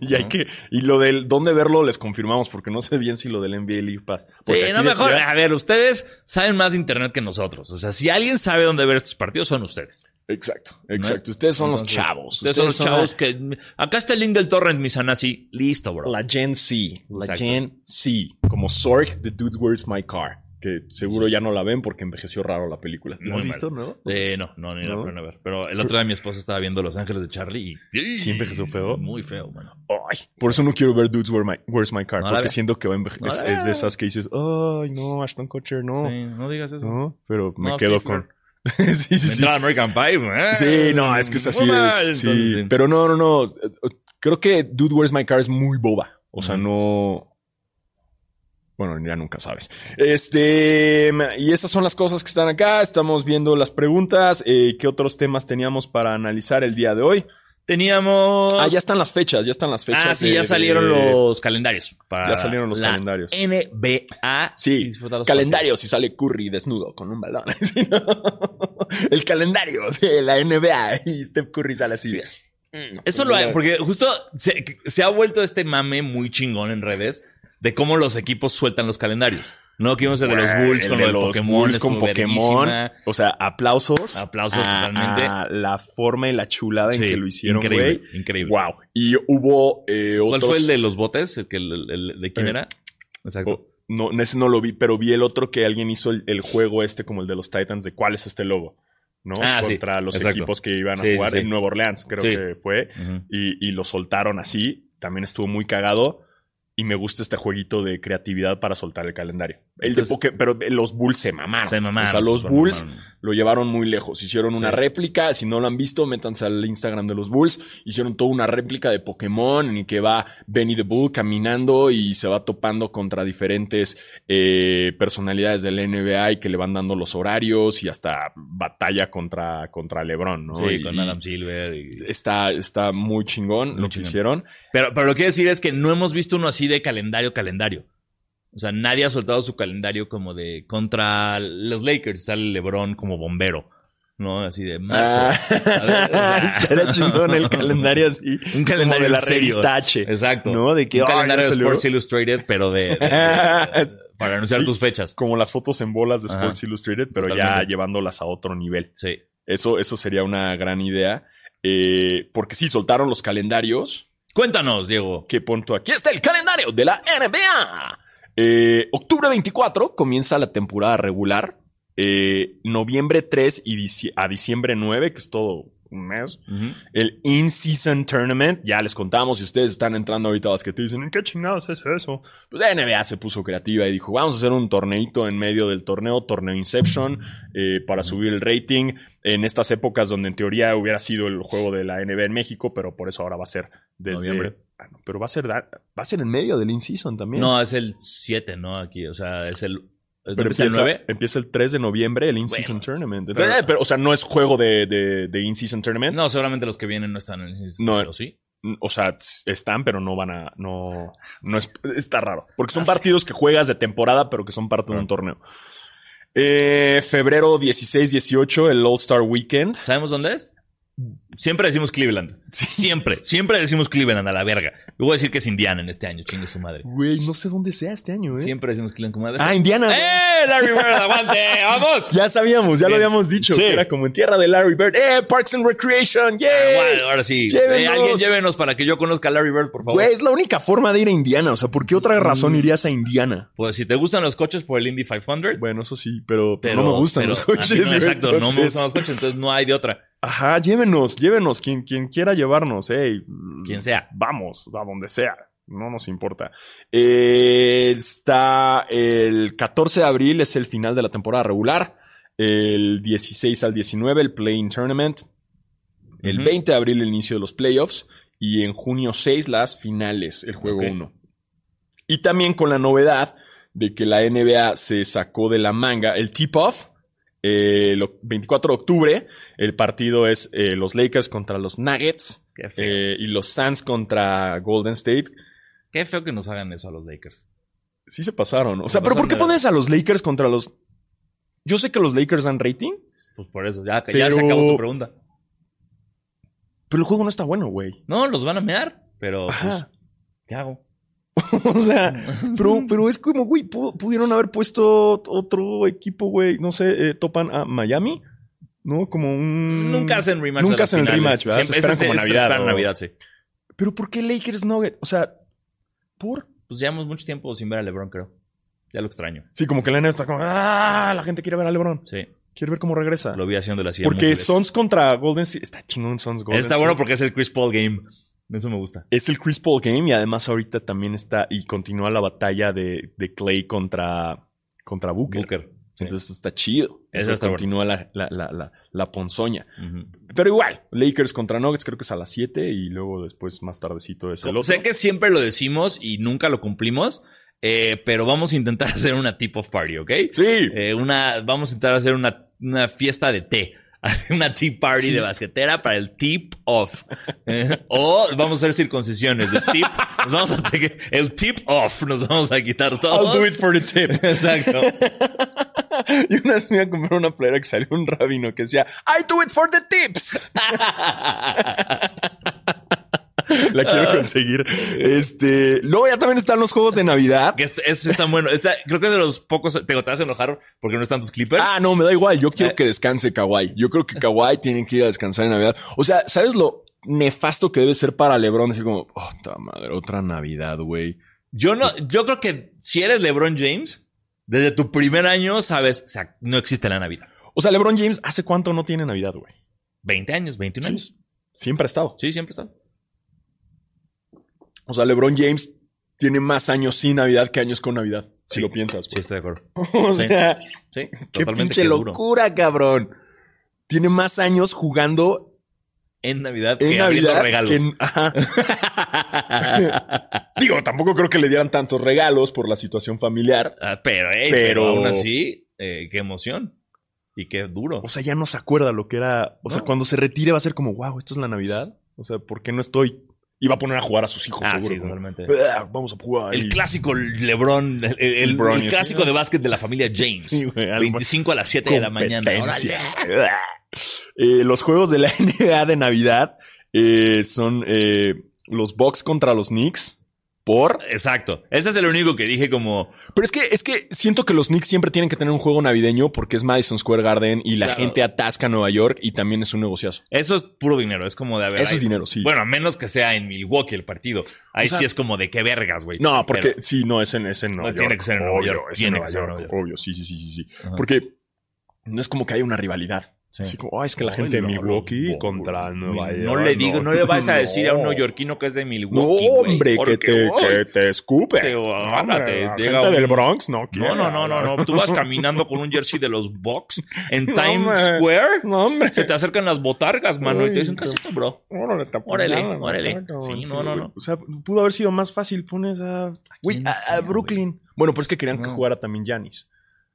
Y hay que, y lo del dónde verlo les confirmamos, porque no sé bien si lo del NBA League Pass.
Sí,
Porque aquí
no mejor.
decía-
A ver, ustedes saben más de internet que nosotros. O sea, si alguien sabe dónde ver estos partidos, son ustedes.
Exacto, exacto. Ustedes son los
Entonces,
chavos.
Ustedes, son los chavos que. Acá está el link del torrent, mis así. Listo, bro.
La Gen C. La
Exacto.
Gen C. Como Zork, The Dude Where's My Car. Que seguro ya no la ven porque envejeció raro la película. ¿Lo
Muy
has
mal.
visto, no?
Eh, no, no, ni la
¿No?
pudieron ver. Pero el otro día mi esposa estaba viendo Los Ángeles de Charlie y.
Siempre que es feo.
Muy feo, mano.
Ay, por eso no quiero ver Dudes Where My- Where's My Car.
No la
porque
veas.
siento que va a enveje-
No la
es,
veas.
es de esas que dices, ay, no, Ashton Kutcher, no.
Sí, no digas eso.
No, pero me
No,
quedo
Stifler.
con. [LAUGHS] sí, sí, sí.
Entrada American Pie. eh,
Sí, no, es que es así.
muy mal,
es, sí.
entonces, sí.
Pero no, no, no. Creo que Dude Where's My Car es muy boba. O sea,
Ujú.
no. Bueno, ya nunca sabes. Este. Y esas son las cosas que están acá. Estamos viendo las preguntas. Eh, ¿Qué otros temas teníamos para analizar el día de hoy?
Teníamos.
Ah, ya están las fechas. Ya están las fechas.
Ah, sí,
de-
ya salieron
de-
los calendarios. para
Ya salieron los
la
calendarios.
NBA.
Sí,
Y disfrutar los
Calendario, si sale Curry desnudo con un balón. [LAUGHS] Sí, ¿no? El calendario de la NBA y Steph Curry sale así.
partidos. Eso lo hay, porque justo se, se ha vuelto este mame muy chingón en redes de cómo los equipos sueltan los calendarios. No, que íbamos a de los Bulls
El
con
de
lo de
los
Pokémon.
Bulls con
estuvo
Pokémon.
verguísima.
O sea, aplausos.
Aplausos
a-
totalmente.
a la forma y la chulada en
Sí,
que lo hicieron,
increíble,
güey.
increíble.
Wow. Y hubo eh,
¿Cuál
otros.
fue el de los botes? ¿El, que el- el- de quién
Eh.
era? Exacto.
Oh, No, ese no lo vi, pero vi el otro que alguien hizo el, el juego este, como el de los Titans, de cuál es este logo, ¿no?
Ah, sí,
Contra los
exacto.
equipos que iban a
Sí, sí,
jugar
sí.
en Nueva Orleans, creo
Sí.
que fue.
Ujú.
Y, y lo soltaron así. También estuvo muy cagado. Y me gusta este jueguito de creatividad para soltar el calendario. El de
Entonces-
Poké- pero los Bulls se mamaron.
Se mamaron,
O sea, los
se
Bulls
mamaron.
lo llevaron muy lejos. Hicieron una réplica. Si no lo han visto, métanse al Instagram de los Bulls. Hicieron toda una réplica de Pokémon en el que va Benny the Bull caminando y se va topando contra diferentes eh, personalidades del NBA y que le van dando los horarios y hasta batalla contra, contra LeBron, ¿no?
Sí,
Y-
con Adam Silver. y-
Está, está muy chingón
Muy
lo que
chingón. [LAUGHS]
hicieron.
Pero, pero lo que quiero decir es que no hemos visto uno así de calendario, calendario. O sea, nadie ha soltado su calendario como de contra los Lakers. Sale LeBron como bombero, ¿no? Así de marzo. ¿sabes?
[LAUGHS]
O sea,
Estará Ah, chingón el calendario así.
[LAUGHS] Un calendario
como de la
en serio.
revista H.
Exacto.
¿No? De que,
Un
"Ay, ya
calendario de
salió".
Sports Illustrated, pero de, de-
[LAUGHS]
de- para anunciar
Sí.
tus fechas.
Como las fotos en bolas de
Ajá.
Sports Illustrated, pero ya
Totalmente.
llevándolas a otro nivel.
Sí.
Eso, eso sería una gran idea. Eh, porque sí, soltaron los calendarios.
Cuéntanos, Diego.
¿Qué punto? Aquí está el calendario de la NBA. Eh, octubre 24 comienza la temporada regular. Eh, noviembre 3 y dici- a diciembre 9, que es todo un mes.
Ujú.
El In-Season Tournament, ya les contamos, si ustedes están entrando ahorita a basquete y dicen, "¿En ¿qué chingados es eso? Pues la NBA se puso creativa y dijo, vamos a hacer un torneito en medio del torneo, torneo Inception, eh, para subir el rating en estas épocas donde en teoría hubiera sido el juego de la NBA en México, pero por eso ahora va a ser desde...
Noviembre.
Ah, no, pero va a ser, da- va a ser en medio del In-Season también.
No, es el 7, ¿no? Aquí, o sea, es el. ¿no
Pero
empieza
empieza,
el 9?
empieza el 3 de noviembre el In-Season Tournament.
pero-
Eh, pero, o sea, no es juego de, de- de In-Season Tournament.
No, seguramente los que vienen no están en el
No.
¿o sí?
O sea, s- están, pero no van a. No, no es, está raro. Porque son
Ah, sí.
partidos que juegas de temporada, pero que son parte de un torneo. Eh, febrero 16-18, el All-Star Weekend.
¿Sabemos dónde es? Siempre decimos Cleveland. Siempre, siempre decimos Cleveland a la verga. Yo voy a decir que es Indiana en este año, chingue su madre.
Güey, no sé dónde sea este año, ¿eh?
Siempre decimos Cleveland como madre.
Ah, Indiana.
¡Eh, Larry Bird, aguante!
[LAUGHS]
¡Vamos!
Ya sabíamos, ya
Bien.
lo habíamos dicho.
Sí.
que era como en tierra de Larry Bird. ¡Eh, Parks and Recreation! ¡Yay!
Ah, bueno, ahora sí.
Llévenos.
Eh, alguien llévenos para que yo conozca a Larry Bird, por favor.
Güey, es la única forma de ir a Indiana. O sea, ¿por qué otra razón irías a Indiana?
Pues si te gustan los coches por el Indy 500.
Bueno, eso sí, pero,
Pero,
no me gustan
pero
los
a mí
coches.
no,
güey,
exacto, no me
entonces-
gustan los coches, entonces no hay de otra.
Ajá, llévenos, llévenos, quien, quien quiera llevarnos, hey.
Quien sea.
Vamos, a donde sea, no nos importa. Eh, está el 14 de abril, es el final de la temporada regular. El 16 al 19, el Play-in Tournament. El
Ujú.
20 de abril, el inicio de los playoffs. Y en junio 6, las finales, el juego
Ok.
1. Y también con la novedad de que la NBA se sacó de la manga el tip-off. eh, el o- 24 de octubre, el partido es eh, los Lakers contra los Nuggets
Qué feo.
eh, y los Suns contra Golden State.
Qué feo que nos hagan eso a los Lakers.
Sí se pasaron. O sea,
Se
pero ¿por qué
pasaron de-
pones a los Lakers contra los... Yo sé que los Lakers dan rating,
Pues por eso, ya, ya
Pero-
se acabó tu pregunta.
pero el juego no está bueno, güey. [LAUGHS]
No, los van a mear, pero pues,
Ajá.
¿qué hago?
O sea, pero, pero es como, güey, pu- pudieron haber puesto otro equipo, güey. No sé, eh, topan a Miami, ¿no? Como un...
Nunca hacen rematch.
Mm, Nunca
a las
hacen
finales.
rematch, ¿verdad? Se esperan
ese-
como
ese se
Navidad,
esperan
¿no?
Navidad, sí.
Pero ¿por qué Lakers Nugget? O sea, ¿por?
Pues llevamos mucho tiempo sin ver a LeBron, creo. Ya lo extraño.
Sí, como que la NBA está como, ah, la gente quiere ver a LeBron.
Sí.
Quiere ver cómo regresa.
Lo vi haciendo la silla.
Porque
múltiples.
Suns contra Golden State. Está chingón Suns Golden
Está
State.
bueno porque es el Chris Paul game. Eso me gusta.
Es el Chris Paul game y además ahorita también está y continúa la batalla de, de Clay contra, contra Booker.
Booker. sí.
Entonces está chido.
Eso
Eso
está bueno.
continúa la, la, la, la, la ponzoña.
Ujú.
Pero igual, Lakers contra Nuggets creo que es a las 7 y luego después más tardecito es el otro.
Sé que siempre lo decimos y nunca lo cumplimos, eh, pero vamos a intentar [LAUGHS] hacer una tip-off party, ¿ok?
Sí.
Eh, una, vamos a intentar hacer una, una fiesta de té. [LAUGHS] Una tea party de basquetera para el tip off. [LAUGHS] Eh, o vamos a hacer circuncisiones de tip. Nos vamos a te- el tip off. Nos vamos a quitar todo.
I'll do it for the tip. [LAUGHS]
Exacto.
Y una vez me iba a comprar una playera que salió un rabino que decía, I do it for the tips. [LAUGHS] La quiero
[LAUGHS]
conseguir. Este, luego ya también están los juegos de Navidad.
Que este- estos están buenos. Esta- creo que es de los pocos. Te, te vas a enojar porque no están tus clippers.
Ah, no, me da igual. Yo quiero
Eh.
que descanse Kawhi. Yo creo que Kawhi tienen que ir a descansar en Navidad. O sea, ¿sabes lo nefasto que debe ser para LeBron? Así como, oh, ta madre, otra Navidad, güey.
Yo no, yo creo que si eres LeBron James, desde tu primer año sabes, o sea, no existe la Navidad.
O sea, LeBron James, ¿hace cuánto no tiene Navidad, güey?
20 años, 21 años.
Siempre ha estado.
Sí, siempre están.
O sea, LeBron James tiene más años sin Navidad que años con Navidad. Si lo piensas,
Sí,
güey.
estoy de acuerdo.
[LAUGHS] O
Sí.
sea,
Sí,
[LAUGHS] qué
totalmente.
pinche
qué duro.
locura, cabrón. Tiene más años jugando
En Navidad,
en
que Eh, abriendo
Navidad.
regalos.
que en-
[LAUGHS]
ajá. Digo, tampoco creo que le dieran tantos regalos por la situación familiar.
Ah, pero, eh, pero...
Pero-
aún así, eh, qué emoción. Y qué duro.
O sea, ya no se acuerda lo que era. O sea,
No.
cuando se retire va a ser como, wow, esto es la Navidad. O sea, ¿por qué no estoy? Y va a poner a jugar a sus hijos,
ah, sí,
seguro. como,
totalmente.
"Ah, Vamos a jugar.
El
y-
clásico LeBron, el, el- el
LeBron, sí,
clásico
¿no?
de básquet de la familia James.
[LAUGHS] Sí, güey, algo-
25 a las 7 de la mañana.
competencia.
Órale.
Eh, los juegos de la [LAUGHS] NBA de Navidad eh, son eh, los Bucks contra los Knicks. Por.
Exacto. Ese es el único que dije como...
Pero es que, es que siento que los Knicks siempre tienen que tener un juego navideño porque es Madison Square Garden y la
Claro.
gente atasca Nueva York y también es un negociazo.
Eso es puro dinero, es como de haber.
Eso es dinero, sí.
Bueno, a menos que sea en Milwaukee el partido. Ahí
O sea-
sí es como de qué vergas, güey.
No, porque
Pero-
sí, no, es en, es en Nueva
No, tiene
York,
que ser en Nueva
obvio,
York,
es en
tiene
Nueva
que ser en
York,
Nueva
Obvio, sí, sí, sí, sí. sí. Porque no es como que haya una rivalidad.
Sí.
Así como, "Ay, es que la
Ay,
gente de
no, los
Milwaukee
Bucks,
contra Nueva York.
no le digo, no, le vas a decir a
[LAUGHS]
un
no.
neoyorquino que es de
No,
Milwaukee. güey,
hombre, que
porque,
te,
uy,
que te escupe.
te-
No,
ahora
hombre,
te
la
llega
gente
un-
del Bronx no quiere.
No, no, no, no, no. Tú
[LAUGHS]
vas caminando con un jersey de los Bucks en Times
hombre.
Square.
No, hombre.
Se te acercan las botargas, mano, y te dicen,
Uy,
¿qué es esto, bro?
Órale, te
Órale,
apuñalan,
órale.
cabrón.
Sí, no, no, no.
O sea, pudo haber sido más fácil. Pones a, Güey,
quién
a-
sea,
a Brooklyn. Bueno, pero es que querían que
No.
jugara también Giannis.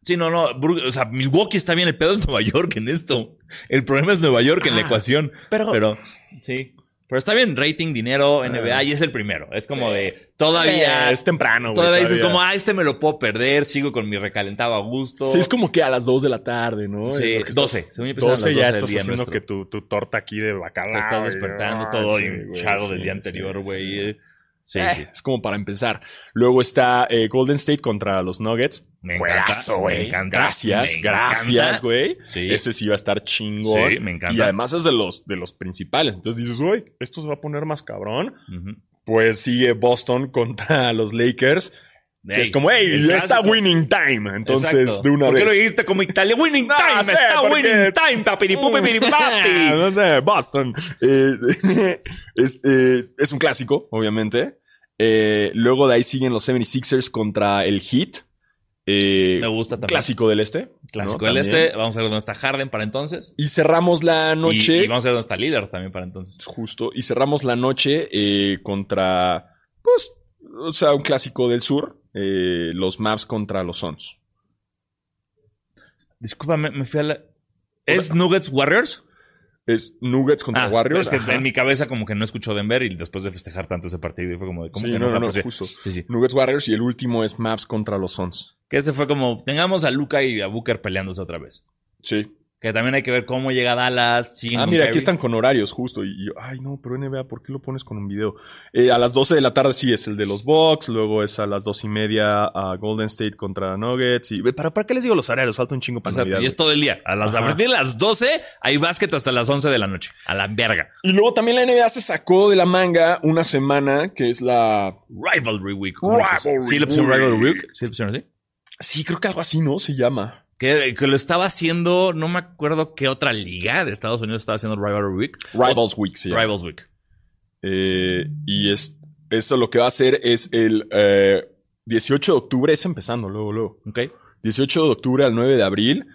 Sí, no, no. Bru- O sea, Milwaukee está bien, el pedo es Nueva York en esto. El problema es Nueva York en la
Ah,
ecuación.
pero-
pero eh, sí. Pero está bien, rating, dinero,
Ah.
NBA, y es el primero. Es como de todavía.
eh, es temprano, güey.
todavía dices como, ah, este me lo puedo perder, sigo con mi recalentado a gusto.
Sí, es como que a las 2 de la tarde, ¿no?
Sí,
Es lo que
12,
estás-
según yo empezaban
12
las
ya
12 del
estás
día
haciendo
nuestro.
que tu, tu torta aquí de bacalao.
Te estás
y-
despertando
ah,
todo
sí,
hinchado
güey,
del
sí,
día
sí,
anterior,
sí.
güey. Sí,
Eh,
sí.
Es como para empezar. Luego está eh, Golden State contra los Nuggets.
Me encanta, me encanta,
Gracias,
me
gracias,
encanta.
güey.
Sí.
Ese sí va a estar chingón.
Sí, me encanta.
Y además es de los, de los principales. Entonces dices, güey, esto se va a poner más cabrón.
Ujú.
Pues sigue Boston [LAUGHS] contra los Lakers. que
Ey,
es como, hey,
el
ya está
clásico.
winning time. Entonces,
Exacto.
de una
¿Por
vez.
qué lo dijiste como Italia? Winning
No
time,
sé,
está
porque- Ah,
winning time,
[LAUGHS]
papiripupi, piripapi.
no sé, Boston. Eh, [LAUGHS] es, eh, es un clásico, obviamente. Eh, luego de ahí siguen los 76ers contra el Heat. Eh,
Me gusta también.
Clásico del Este. ¿no?
Clásico del
También.
Este. Vamos a ver dónde está Harden para entonces.
Y cerramos la noche.
Y, y vamos a ver dónde está Lillard también para entonces.
Justo. Y cerramos la noche eh, contra. Pues, o sea, un clásico del sur. eh, los Maps contra los Suns.
Discúlpame, me fui a la. ¿Es Nuggets Warriors?
Es Nuggets contra
Ah,
Warriors.
Es que
ajá.
en mi cabeza como que no escuchó Denver y después de festejar tanto ese partido fue como de cómo
Sí,
que
no,
no,
no,
Pues sí.
justo.
Sí, sí.
Nuggets Warriors y el último es Maps contra los Suns.
Que ese fue como tengamos a Luca y a Booker peleándose otra vez.
Sí.
Que también hay que ver cómo llega Dallas. sin
Ah,
un
mira, aquí
Kyrie.
están con horarios, justo. Y yo, ay, no, pero NBA, ¿por qué lo pones con un video? Eh, a las 12 de la tarde sí es el de los Bucks, luego es a las 2 y media a Golden State contra Nuggets. Y, Ve, ¿para, ¿Para qué les digo los horarios? Falta un chingo para
Exacto,
Navidad,
y es todo el día. A, las, a
Ajá.
partir de las 12 hay básquet hasta las 11 de la noche. A la verga.
güey. Y luego también la NBA se sacó de la manga una semana que es la.
Rivalry Week. ¿cómo le pusieron?
Rivalry
¿Sí le pusieron
Week.
Rivalry Week? ¿Sí le pusieron así?
Sí, creo que algo así, ¿no? Se llama.
Que, que lo estaba haciendo, no me acuerdo qué otra liga de Estados Unidos estaba haciendo Rivalry Week.
Rivals Week, sí.
Rivals Week.
Eh, y es, eso lo que va a hacer es el eh, 18 de octubre, es empezando luego, luego.
¿Ok?
18 de octubre al 9 de abril.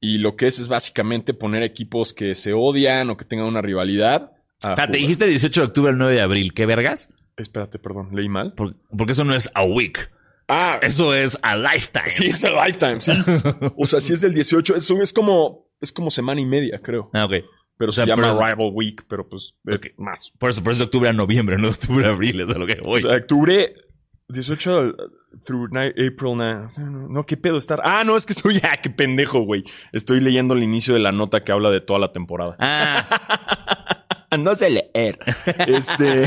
Y lo que es es básicamente poner equipos que se odian o que tengan una rivalidad. a
Espérate,
jugar.
dijiste 18 de octubre al 9 de abril. ¿Qué vergas?
Espérate, perdón, leí mal.
Por- porque eso no es a week.
Ah, [LAUGHS]
Eso es a lifetime.
sí, es el lifetime, sí. O sea, sí es el 18, es, es como es como semana y media, creo.
Ah, ok.
Pero
o sea,
se llama
pero es-
Rival Week, pero pues es
Ok.
más.
Por eso, por eso de octubre a noviembre, no de octubre a abril, es a lo que
O
voy.
sea, octubre 18 al- through ni- April. na- No, qué pedo estar. Ah, no, es que estoy. [LAUGHS] Ah, qué pendejo, güey. Estoy leyendo el inicio de la nota que habla de toda la temporada.
ah,
no sé leer. [LAUGHS] Este.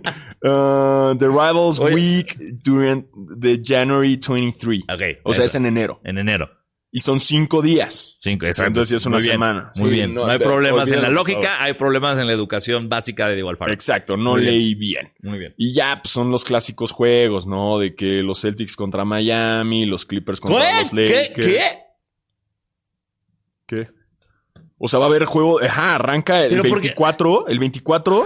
[LAUGHS] Uh, the Rivals
Oye.
Week during the January 23.
Ok.
O sea,
eso.
es en enero.
en enero.
Y son cinco días.
Cinco, exacto.
Entonces, sí es una
Muy bien,
semana.
Muy
Sí,
bien.
no,
No, hay
te-
problemas en la
olvídalo, por
lógica, hay problemas en la educación básica de Diego Alfaro.
Exacto, no
Muy bien.
leí bien.
Muy bien.
Y ya pues, son los clásicos juegos, ¿no? De que los Celtics contra Miami, los Clippers contra los
¿Qué?
Lakers.
¿Qué?
¿Qué? O sea, va a haber juego. Ajá, arranca el
Pero porque-
24. El [LAUGHS] 24.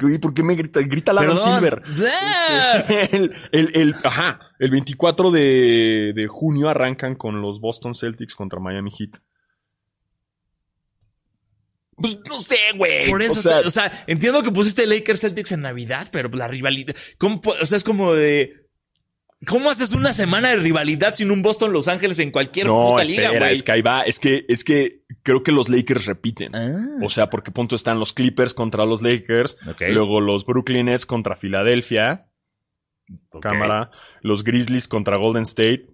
Güey, ¿Por qué me grita? Grita Adam
Perdón.
Silver. Este,
Blah.
[LAUGHS] El, el, el- ajá, el 24 de, de junio arrancan con los Boston Celtics contra Miami Heat.
Pues no sé, güey.
Por eso,
o sea-
está- o sea, entiendo que pusiste Lakers Celtics en Navidad, pero la rivalidad. ¿cómo po- o sea, es como de. ¿Cómo haces una semana de rivalidad sin un Boston Los Ángeles en cualquier
No,
puta
espera,
liga, güey?
es que ahí va. Es que, es que creo que los Lakers repiten.
Ah.
O sea, porque punto están los Clippers contra los Lakers,
Ok.
luego los Brooklyn Nets contra Filadelfia,
Ok.
cámara, los Grizzlies contra Golden State.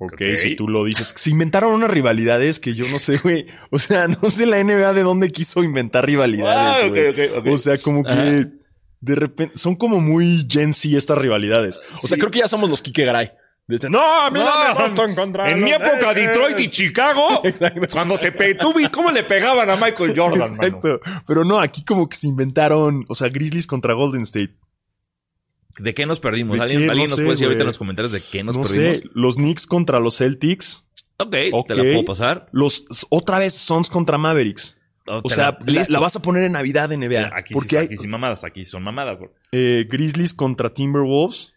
Ok,
Ok.
si tú lo dices. Se inventaron unas rivalidades que yo no sé, güey. O sea, [LAUGHS] no sé la NBA de dónde quiso inventar rivalidades,
Ah, ok,
güey.
ok, ok.
O sea, como que
Ajá.
de repente son como muy Gen Z estas rivalidades. O sea,
Sí.
creo que ya somos los Kike Garay. Desde, no, mira,
No,
me Boston contra
En mi
los
época,
Lakers".
Detroit y
[LAUGHS]
Chicago, cuando se pe... tú vi ¿Cómo le pegaban a Michael Jordan, mano?
[LAUGHS] Exacto. Pero no, aquí como que se inventaron, o sea, Grizzlies contra Golden State.
¿De qué nos perdimos?
¿De
¿Alguien,
qué? No
alguien nos
sé,
puede decir ahorita
güey.
en los comentarios de qué nos
no
perdimos?
sé, los Knicks contra los Celtics.
ok, te la
Ok.
puedo pasar.
Los, otra vez Suns contra Mavericks.
O,
O
te
sea, la,
listo.
la vas a poner en Navidad en NBA.
Aquí, sí,
porque hay
aquí sí mamadas, aquí son mamadas. bro.
eh, Grizzlies contra Timberwolves.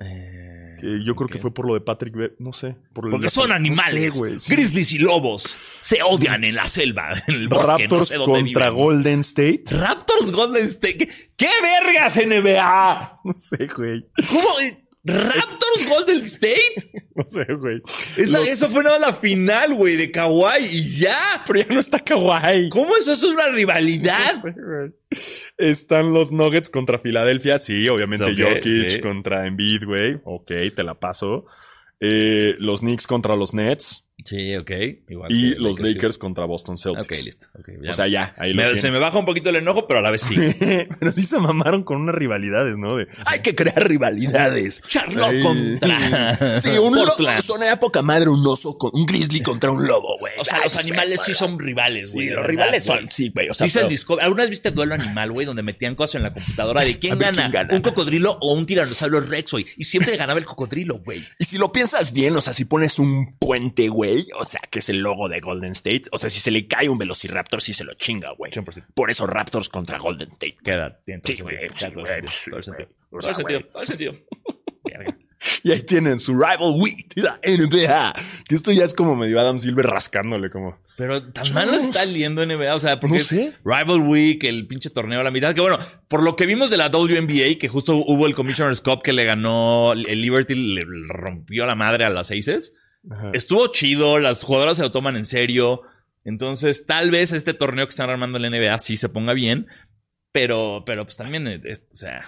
Eh,
que yo creo
ok.
que fue por lo de Patrick Be- no sé. Por el-
Porque son
no sé,
animales.
güey, sí.
Grizzlies y lobos se odian en la selva, [LAUGHS] en el bosque. no
Raptors
sé dónde
contra
viven.
Golden State. [LAUGHS]
Raptors Golden State. ¿Qué, qué vergas NBA?
No sé, güey.
¿Cómo? eh, ¿Raptors Golden State?
No sé, güey.
Es la-
Los-
Eso fue nada más la final, güey, de Kawhi y ya.
Pero [LAUGHS] ya no está kawaii.
¿Cómo eso es una rivalidad?
Sí, güey. Están los Nuggets contra Filadelfia. Sí, obviamente
Ok,
Jokic
sí.
contra Embiid, güey. Ok, te la paso. Eh, los Knicks contra los Nets.
Sí, ok. Igual
y
que
los Lakers, contra Boston Celtics.
Ok, listo. ok, ya.
O sea, ya, ahí lo
Me- se me
tienes.
baja un poquito el enojo, pero a la vez sí.
Pero sí se mamaron con unas rivalidades, ¿no? De, [LAUGHS] hay que crear rivalidades.
Charlotte
Ay.
contra
Sí, un lobo.
[LAUGHS] Portland.
Son a poca madre un oso con un grizzly contra un lobo, güey.
O sea,
Ay,
los
güey,
animales sí
güey.
son rivales, güey.
Sí,
de
los
verdad,
rivales
güey.
son. Sí, güey. O sea,
Dice el
pero-
Discovery. ¿Alguna vez viste Duelo Animal, güey? Donde metían cosas en la computadora de quién,
A ver,
gana,
¿quién gana?
un cocodrilo o un tiranosaurio rex, güey. Y siempre ganaba el cocodrilo, güey.
Y si lo piensas bien, o sea, si pones un puente, güey, o sea, que es el logo de Golden State, o sea, si se le cae un velociraptor, sí se lo chinga, güey.
100%.
Por eso Raptors contra Golden State.
Queda. tiene todo
Sí,
el
güey,
sentido,
sí,
todo el
güey,
sentido,
sí,
todo el sentido.
Pues, ah, güey.
Todo el sentido, todo el sentido. Verga.
Y ahí tienen su Rival Week de la NBA. Que esto ya es como medio Adam Silver rascándole, como.
Pero tan mal no está liendo NBA, o sea, porque
No
es
sé.
Rival Week, el pinche torneo a la mitad, que bueno, por lo que vimos de la WNBA, que justo hubo el Commissioner's Cup que le ganó el Liberty, le rompió la madre a las Aces.
Ajá.
Estuvo chido, las jugadoras se lo toman en serio. Entonces, tal vez este torneo que están armando en la NBA sí se ponga bien, pero, pero pues también, eh, es- o sea,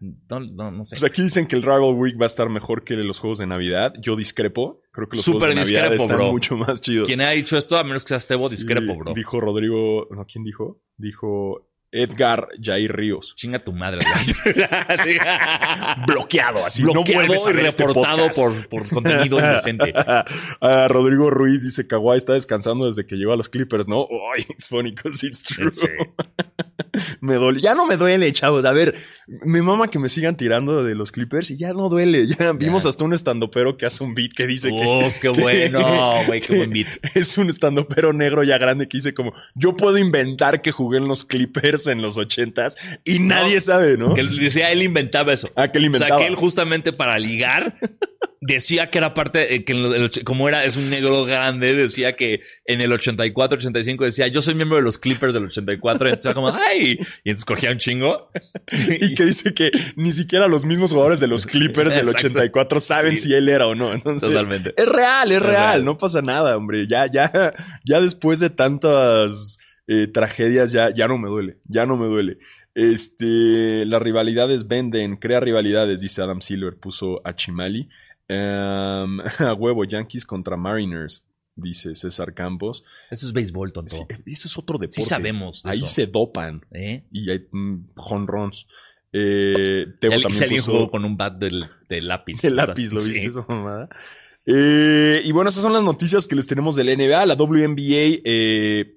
no, no, no sé.
Pues aquí dicen que el Rival Week va a estar mejor que los juegos de Navidad. Yo discrepo. Creo que los
Súper
juegos de Navidad
discrepo,
están
bro.
mucho más chidos.
Quien ha dicho esto, a menos que sea Stebo,
Sí,
discrepo, bro.
Dijo Rodrigo. No, ¿quién dijo? Dijo Edgar Jair Ríos.
Chinga tu madre.
[LAUGHS]
güey. [LAUGHS] Sí.
Bloqueado, así.
bloqueado
no vuelves a
y
ver este
reportado
podcast.
por, por contenido indecente.
[LAUGHS] Ah, Rodrigo Ruiz dice: Kawhi está descansando desde que llegó a los Clippers, ¿no? Ay, [LAUGHS] it's funny because it's true.
Sí.
Me duele. Ya no me duele, chavos. A ver, me mama que me sigan tirando de los Clippers y ya no duele. [LAUGHS] Ya vimos hasta un estandopero que hace un beat que dice que.
Uf, qué bueno, güey, qué buen beat.
[LAUGHS] Es un estandopero negro ya grande que dice como, yo puedo inventar que jugué en los Clippers en los ochentas y nadie sabe, ¿no?
Que él decía, él inventaba eso.
Ah, que él
O
inventaba.
sea, que él justamente para ligar decía que era parte, eh, que en lo- el och- como era, es un negro grande, decía que en el 84, 85 decía, yo soy miembro de los Clippers del 84. Y entonces era como,
[LAUGHS]
¡ay! Y entonces cogía un chingo.
Y que dice que ni siquiera los mismos jugadores de
[LAUGHS]
los Clippers del
Exacto.
84 saben
Sí.
si él era o no. Entonces,
Totalmente.
Es real, es, real,
real.
No pasa nada, hombre. Ya, [LAUGHS] ya, ya después de tantas eh, tragedias, ya, ya no me duele. Ya no me duele. Este, las rivalidades venden, crea rivalidades, dice Adam [LAUGHS] Silver, puso a Chimali. Em, a huevo, Yankees contra Mariners. dice César Campos.
Eso es béisbol, tonto.
Sí, ese es otro deporte.
Sí sabemos de
Ahí
eso.
se dopan
¿Eh?
y hay mm, jonrons. Eh, Tebo
Y al- y
también
alguien
puso
jugó con un bat del, del lápiz.
[LAUGHS] el lápiz, ¿lo
Sí.
viste esa mamada? Eh, y bueno, esas son las noticias que les tenemos del NBA, la WNBA. eh,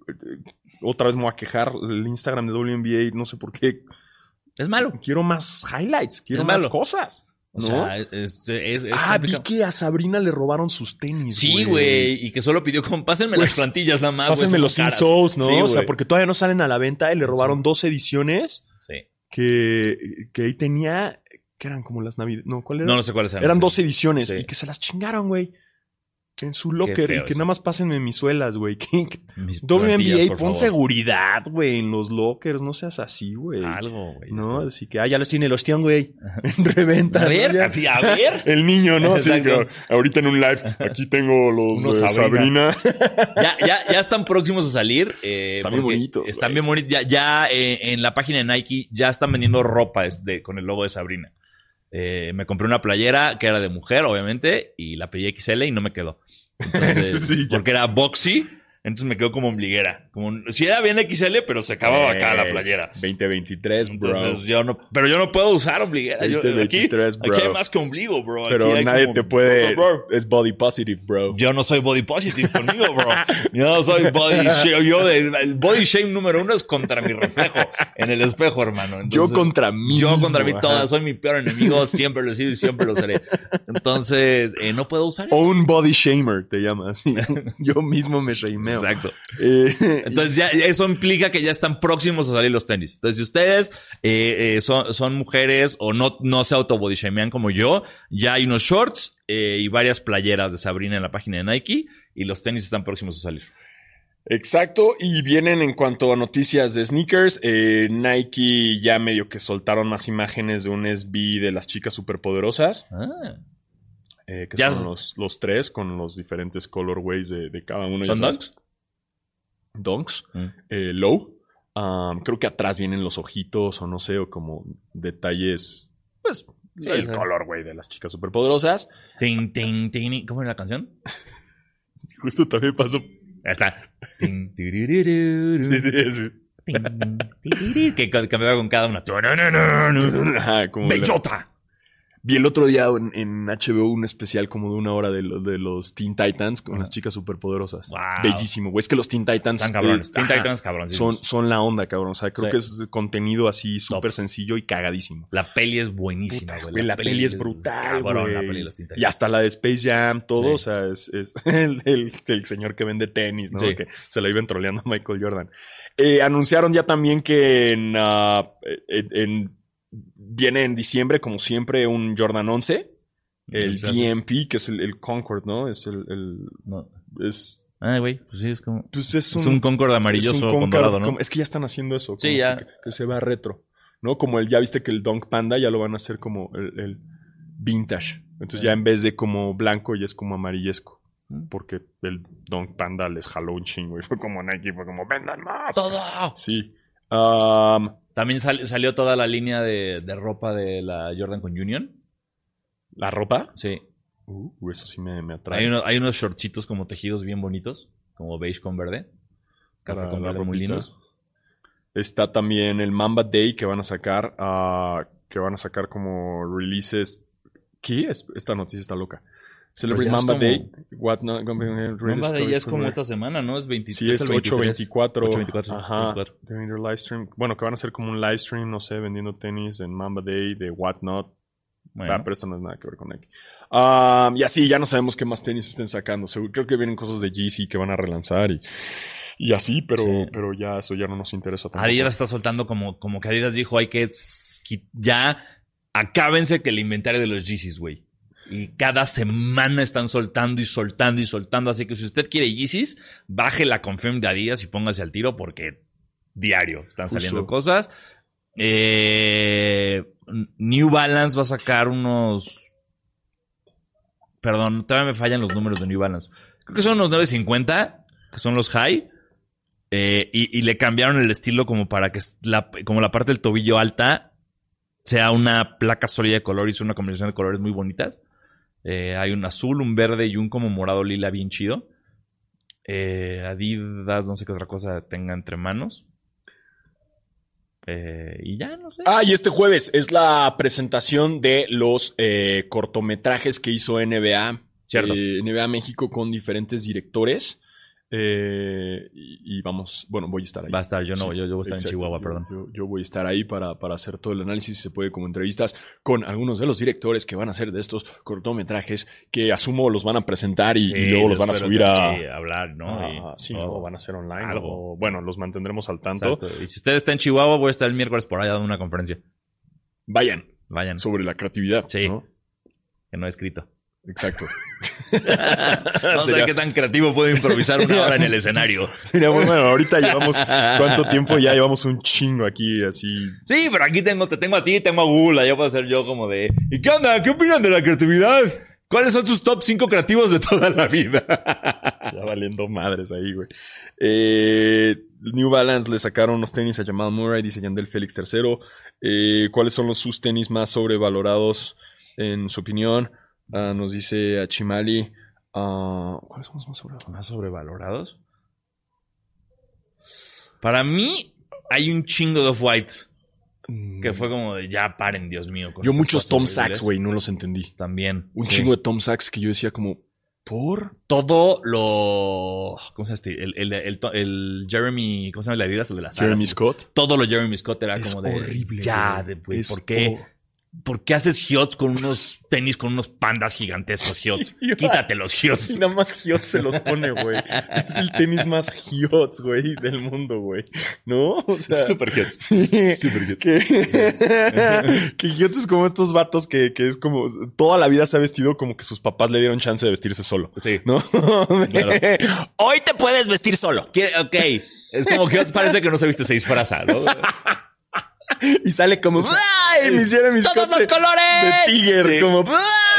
otra vez me voy a quejar. El Instagram de WNBA, no sé por qué.
Es malo.
Quiero más highlights, quiero
Es
más
malo.
cosas.
O
¿no?
sea, es, es- es
ah, vi
complicado.
que a Sabrina le robaron sus tenis.
Sí, güey. Y que solo pidió con pásenme las
Güey,
plantillas nada más. güey,
Pásenme
son
los
caras.
insoles, ¿no?
Sí,
o sea,
güey.
porque todavía no salen a la venta y le robaron dos ediciones
Sí.
que, que ahí tenía, que eran como las navidades. No, ¿cuál era?
No, no sé cuáles eran.
Eran
Sí.
dos ediciones
Sí.
y que se las chingaron, güey. En su locker
feo
y que
eso.
nada más pásenme mis suelas, güey. [LAUGHS] Que- que-
Mis plantillas,
WNBA,
por
pon
favor.
seguridad, güey, en los lockers. No seas así, güey.
Algo, güey.
No, así que, ah, ya los tiene los tían, güey. [LAUGHS] En reventa.
A
¿no? [LAUGHS]
ver,
Ya.
así, a ver.
El niño, ¿no? Así
Exacto.
que, ahorita en un live, aquí tengo los
Unos
de
Sabrina.
Sabrina.
Ya, ya, ya están próximos a salir. eh,
Están bien
porque
bonitos,
Están
güey.
bien bonitos. Ya, ya, eh, en la página de Nike ya están vendiendo ropa es de- con el logo de Sabrina. Eh, me compré una playera que era de mujer, obviamente, y la pedí XL y no me quedó. Entonces,
[LAUGHS] Sí, ya.
porque era boxy, entonces me quedó como ombliguera. Como, si era bien XL, pero se
[LAUGHS]
acababa acá la playera.
2023, Eh, bro.
Entonces yo no, pero yo no puedo usar ombliguera. Yo,
20,
aquí,
23, bro.
aquí hay más que ombligo, bro. Aquí
Pero
hay
nadie
como-
te puede.
Bro, bro.
Es body positive, bro.
Yo no soy body positive conmigo, bro. Yo no soy body shame. Yo, el, el body shame número uno es contra mi reflejo en el espejo, hermano.
Yo
Entonces,
contra mí.
Yo
mismo,
contra mí
ajá.
toda. Soy mi peor enemigo. Siempre lo he sido y siempre lo seré. Entonces, eh, no puedo usar eso.
O un body shamer te llama así. [LAUGHS] Yo mismo me shameo.
Exacto.
Eh,
Entonces, ya, ya eso implica que ya están próximos a salir los tenis. Entonces, si ustedes eh, eh, son, son mujeres o no, no se autobodyshamean como yo, ya hay unos shorts eh, y varias playeras de Sabrina en la página de Nike y los tenis están próximos a salir.
Exacto, y vienen en cuanto a noticias de sneakers, eh, Nike ya medio que soltaron más imágenes de un SB de las chicas superpoderosas,
Ah.
eh, que
Ya
son
son-
los, los tres con los diferentes colorways de, de cada uno.
¿Son
ya sabes.
dunks?
Dunks,
Mm.
eh, low. Um, creo que atrás vienen los ojitos o no sé, o como detalles, pues,
Sí,
el
sí.
colorway de las chicas superpoderosas.
Tin, tin, tin. ¿Cómo era la canción?
Justo también pasó.
Ahí está. Tin, tiriruru,
Sí, sí, sí.
tin, tiririr, Que ca- cambiaba con cada una.
[LAUGHS] Ajá, como la-
¡Bellota!
Vi el otro día en, en HBO un especial como de una hora de, lo- de los Teen Titans con las chicas superpoderosas.
Wow.
Bellísimo, güey. Es que los Teen Titans.
Están cabrones.
eh,
Teen
ajá,
Titans cabrones. sí.
Son, son la onda, cabrón. O sea, creo
Sí.
que es contenido así súper sencillo y cagadísimo.
La peli es buenísima,
Puta,
güey.
güey, la, peli es brutal.
Cabrón, la
güey.
peli de los Teen Titans.
Y hasta la de Space Jam, todo.
Sí.
O sea, es, es [LAUGHS] el, el- el señor que vende tenis, ¿no?
Sí.
Que se la iban troleando a Michael Jordan. Eh, anunciaron ya también que en, ah, en- en- viene en diciembre, como siempre, un Jordan 11. El
Entonces,
DMP, que es el, el Concord, ¿no? Es el. el-
no.
es,
Ah, güey. Pues sí, es como.
pues es un.
Es un Concord
es
amarilloso
un
con
Concord,
dorado, ¿no?
como- es que ya están haciendo eso.
Sí,
como
ya.
Que, que se va retro, ¿no? Como el. Ya viste que el Dunk Panda ya lo van a hacer como el, el vintage. Entonces
Eh.
ya en vez de como blanco, ya es como amarillesco.
Mm.
Porque el Dunk Panda les jaló un chingo y fue como Nike, fue como vendan más.
¡Todo!
Sí. Am,
También sal- salió toda la línea de, de ropa de la Jordan con Union.
¿La ropa?
Sí.
Uh, eso sí me, me atrae.
Hay, uno- hay unos shortcitos como tejidos bien bonitos, como beige con verde. Café
para
con
la
verde muy
ropita.
lindos.
Está también el Mamba Day que van a sacar, ah, que van a sacar como releases. ¿Qué es? Esta noticia está loca. Celebrate
Pues ya es
Mamba
como-
Day. What not gonna be released
Mamba Day ya es como
curriculum.
esta semana, ¿no? Es 23.
Sí, es
el 23.
824.
8:24,
Ajá.
24.
During their live stream. Bueno, que van a hacer como un live stream, no sé, vendiendo tenis en Mamba Day de What Not.
Bueno.
Ah, pero esto no es nada que ver con Nike. Ah, y así, ya no sabemos qué más tenis estén sacando. Seguro, creo que vienen cosas de Yeezy que van a relanzar y, y así, pero,
Sí.
pero ya eso ya no nos interesa tanto.
Adidas está soltando como, como que Adidas dijo, hay que s- qui- ya acábense que el inventario de los Yeezys, güey. Y cada semana están soltando y soltando y soltando. Así que si usted quiere Yeezys, baje la confirm de Adidas y póngase al tiro porque diario están
Justo.
saliendo cosas. Eh, New Balance va a sacar unos... Perdón, todavía me fallan los números de New Balance. Creo que son unos 950, que son los high. Eh, y, y le cambiaron el estilo como para que es la, como la parte del tobillo alta sea una placa sólida de colores, una combinación de colores muy bonitas. Eh, hay un azul, un verde y un como morado lila bien chido. eh, Adidas, no sé qué otra cosa tenga entre manos. Eh, y ya, no sé.
Ah, y este jueves es la presentación de los eh, cortometrajes que hizo NBA.
Cierto.
eh, NBA México con diferentes directores. Eh, y, y vamos, bueno, voy a estar ahí.
Va a estar, yo no, yo, yo voy a estar en
Exacto.
Chihuahua,
Yo-
perdón.
Yo, yo voy a estar ahí para, para hacer todo el análisis, si se puede, como entrevistas con algunos de los directores que van a hacer de estos cortometrajes que asumo los van a presentar y, y
Sí,
luego
yo
los van a
espero
subir
que
a...
sí, hablar, ¿no?
a-
Y
sí,
todo.
o van a ser online.
Algo.
o- bueno, los mantendremos al tanto.
Exacto. Y si usted está en Chihuahua, voy a estar el miércoles por allá dando una conferencia.
Vayan
Vayan,
sobre la creatividad.
Sí.
¿no?
que no he [LAUGHS] escrito.
Exacto. [LAUGHS]
Vamos a ver
Sería-
qué tan creativo puede improvisar una hora en el escenario.
Mira, bueno, ahorita llevamos cuánto tiempo ya llevamos un chingo aquí así.
[LAUGHS] Sí, pero aquí tengo, te tengo a ti, tengo a Google. Yo puedo hacer yo como de. ¿Y qué onda? ¿Qué opinan de la creatividad? ¿Cuáles son sus top 5 creativos de toda la vida?
[LAUGHS] Ya valiendo madres ahí, güey. Eh, New Balance le sacaron unos tenis a Jamal Murray, dice Yandel Félix III. Eh, ¿Cuáles son los, sus tenis más sobrevalorados en su opinión? Ah, nos dice a Chimali. ¿Cuáles son los más sobrevalorados?
¿Más sobrevalorados? [LAUGHS] Para mí, hay un chingo de off-white que fue como de ya paren, Dios mío. con
Mm, Yo
estas
muchos
cosas
Tom
horribles.
Sacks, güey, no los entendí.
También.
Un
sí.
chingo de Tom Sacks que yo decía como, ¿por?
Todo lo. ¿Cómo se llama este? El, el- el- el Jeremy. ¿Cómo se llama la herida? El de las alas.
Jeremy Scott.
Todo lo Jeremy Scott era
Es
como de.
horrible,
Ya,
güey.
de, güey,
Es
¿por qué?
hor-
¿Por qué haces hiots con unos tenis con unos pandas gigantescos
[LAUGHS]
hiots? Quítate los hiots.
Y nada más Giot se los pone, güey. Es el tenis más Giot, güey, del mundo, güey. ¿No? O sea,
Super hiots.
Super Que, que [LAUGHS] Giot es como estos vatos que, que es como toda la vida se ha vestido como que sus papás le dieron chance de vestirse solo.
Sí.
¿No?
Hoy te puedes vestir solo.
¿Qué? Ok. Es como que parece que no se viste, se disfraza, ¿no?
[LAUGHS] Y sale como ¡Ay! Me hicieron mis
¡Todos
cosas
los
de
colores!
Tiger,
Sí.
como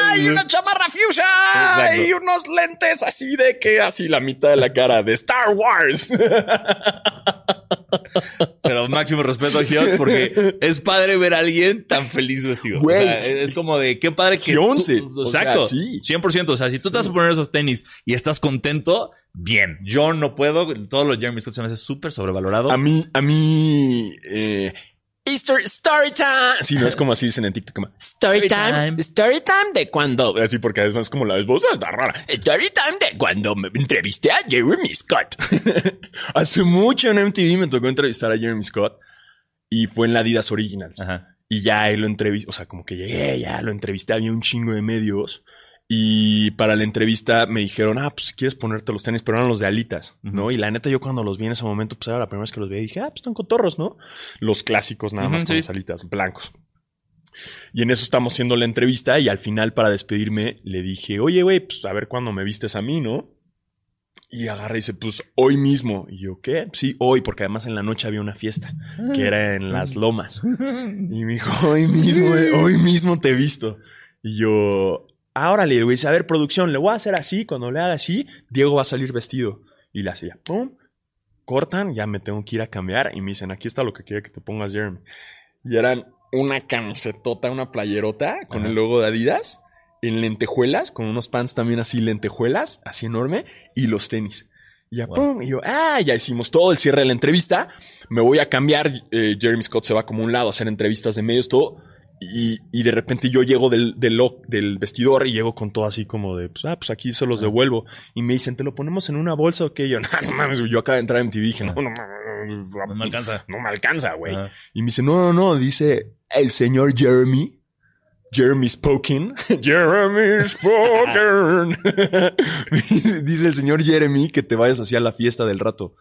¡Ay! Una chamarra fuchsia
Exacto.
y unos lentes así de que así la mitad de la cara de Star Wars.
Pero máximo respeto a Hiots porque es padre ver a alguien tan feliz vestido. O sea,
Güey.
es como de qué padre que. tú-
Gionce. O sea,
Exacto.
sí.
100%. O sea, si tú te vas a poner esos tenis y estás contento, bien. Yo no puedo. Todos los Jeremy Scott se me hace súper sobrevalorado.
A mí, a mí. eh,
Easter Story Time.
sí, no es como así dicen en TikTok. como, "Este,
Story
time.
Time. Story Time de cuando.
Así porque además como la voz está rara.
Story Time de cuando me entrevisté a Jeremy Scott.
[LAUGHS] Hace mucho en MTV me tocó entrevistar a Jeremy Scott y fue en la Adidas Originals.
Ajá.
Y ya él lo entrevistó, o sea, como que llegué, ya lo entrevisté, había un chingo de medios. Y para la entrevista me dijeron, ah, pues si quieres ponerte los tenis, pero eran los de alitas, ¿no? Y la neta, yo cuando los vi en ese momento, pues era la primera vez que los vi, dije, ah, pues están cotorros, ¿no? Los clásicos nada más
Ujú,
con
sí.
las alitas, blancos. Y en eso estamos haciendo la entrevista y al final para despedirme le dije, oye, güey, pues a ver cuándo me vistes a mí, ¿no? Y agarra y dice, pues hoy mismo. Y yo, ¿qué? Sí, hoy, porque además en la noche había una fiesta, que
Ah.
era en
Mm.
Las Lomas. Y me dijo, hoy mismo, eh, hoy mismo te he visto. Y yo, ahora le digo, a ver, producción, le voy a hacer así, cuando le haga así, Diego va a salir vestido. Y le hacía, pum, cortan, ya me tengo que ir a cambiar. Y me dicen, aquí está lo que quiere que te pongas, Jeremy. Y eran una camisetota, una playerota con
Ajá.
el logo de Adidas, en lentejuelas, con unos pants también así lentejuelas, así enorme, y los tenis. Y ya,
Wow.
pum, y yo, ah, ya hicimos todo el cierre de la entrevista. Me voy a cambiar. eh, Jeremy Scott se va como a un lado a hacer entrevistas de medios, todo. Y, y de repente yo llego del, del, lo- del vestidor y llego con todo así como de, pues, ah, pues aquí se los devuelvo. Y me dicen, ¿te lo ponemos en una bolsa o qué? Y yo, [LAUGHS] no, no mames, yo acabo de entrar en TV dije, no, no, mames,
No me alcanza.
no me alcanza, güey.
Ajá.
Y me dice, no, no, no, dice el señor Jeremy. Jeremy Spoken. [LAUGHS] Jeremy Spoken. [LAUGHS] dice, dice el señor Jeremy que te vayas hacia la fiesta del rato.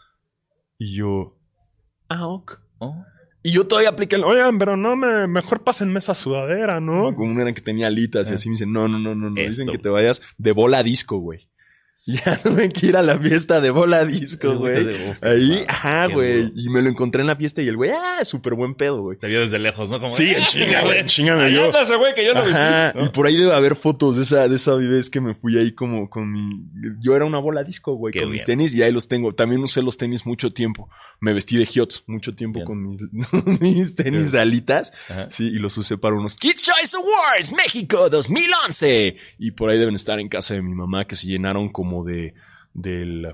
Y yo. Ah, ok.
Oh.
Y yo todavía apliqué el, oigan, pero no, me, mejor pásenme esa sudadera, ¿no? Como una que tenía alitas y así me dicen, no, no, no, no, no. Dicen
Esto.
que te vayas de bola a disco, güey. [LAUGHS] Ya no me quiero ir a la fiesta de bola a disco,
Me gusta
güey.
ese- uf,
Ahí,
wow,
ajá,
qué
güey.
duro.
Y me lo encontré en la fiesta y el güey, ah, súper buen pedo, güey.
Te vio desde lejos, ¿no? Como,
Sí,
"Ah,
en chinga, güey, en chinga me
Ahí
vio.
anda ese güey que yo no
Ajá,
vestí.
Y por ahí debe haber fotos de esa, de esa vez que me fui ahí como con mi. Yo era una bola disco, güey,
Qué
con mis
bien.
tenis y ahí los tengo. También usé los tenis mucho tiempo. Me vestí de Hiots mucho tiempo
Bien.
con mis, [LAUGHS] mis tenis de alitas.
Ajá.
Sí, y los usé para unos
Kids Choice Awards México 2011.
Y por ahí deben estar en casa de mi mamá que se llenaron como de. del.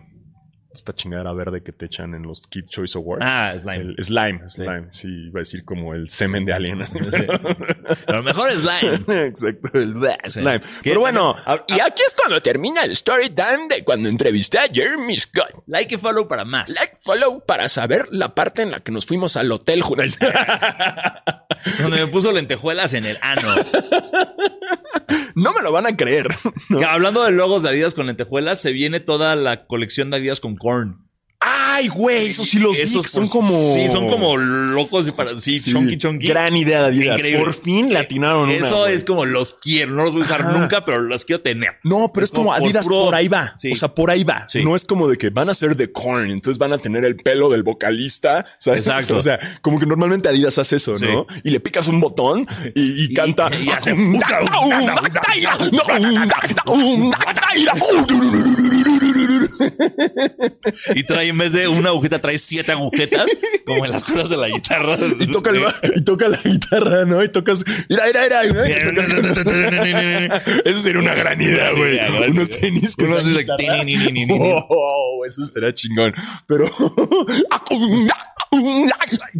esta chingadera verde que te echan en los Kid Choice Awards.
Ah, slime.
El slime, slime, sí. iba a decir como el semen de alien. así, [LAUGHS]
A lo mejor es slime.
Exacto, el bleh, slime.
Que
Pero bueno,
también-
Y aquí es cuando termina el story time de cuando entrevisté a Jeremy Scott.
Like y follow para más.
Like, follow para saber la parte en la que nos fuimos al hotel Judas.
Donde me puso lentejuelas en el ano.
[LAUGHS] no me lo van a creer. [LAUGHS]
Que Hablando de logos de Adidas con lentejuelas, se viene toda la colección de Adidas con corn.
Ay, güey, esos sí los vi, que son como.
Sí, son como locos y para sí,
Sí,
chonky chonky.
Gran idea de Adidas.
Increíble.
Por fin latinaron una.
Eso
güey.
es como los quiero, no los voy a usar nunca, pero los quiero tener.
No, pero
es
es, como,
como por
Adidas
puro-
por ahí va.
Sí.
O sea, por ahí va.
Sí.
No es como de que van a ser de corn, entonces van a tener el pelo del vocalista. ¿sabes? [LAUGHS]
Exacto.
O sea, como que normalmente Adidas hace eso, ¿no? Y le picas un botón y, y canta.
y
[LAUGHS]
hace-
[LAUGHS]
Y trae, en vez de una agujeta, trae siete agujetas, como en las cuerdas de la guitarra.
Y toca, el
[LAUGHS]
ba- y toca la guitarra, ¿no? Y tocas. Mira, mira, mira. ¿no? Y tocas- Eso sería una gran idea, güey.
idea, gran
Unos
idea.
tenis que
Uno
sean
así de-
guitarra.
ni, ni, ni, ni, ni, ni.
[LAUGHS] Wow, eso estaría chingón. Pero. [LAUGHS]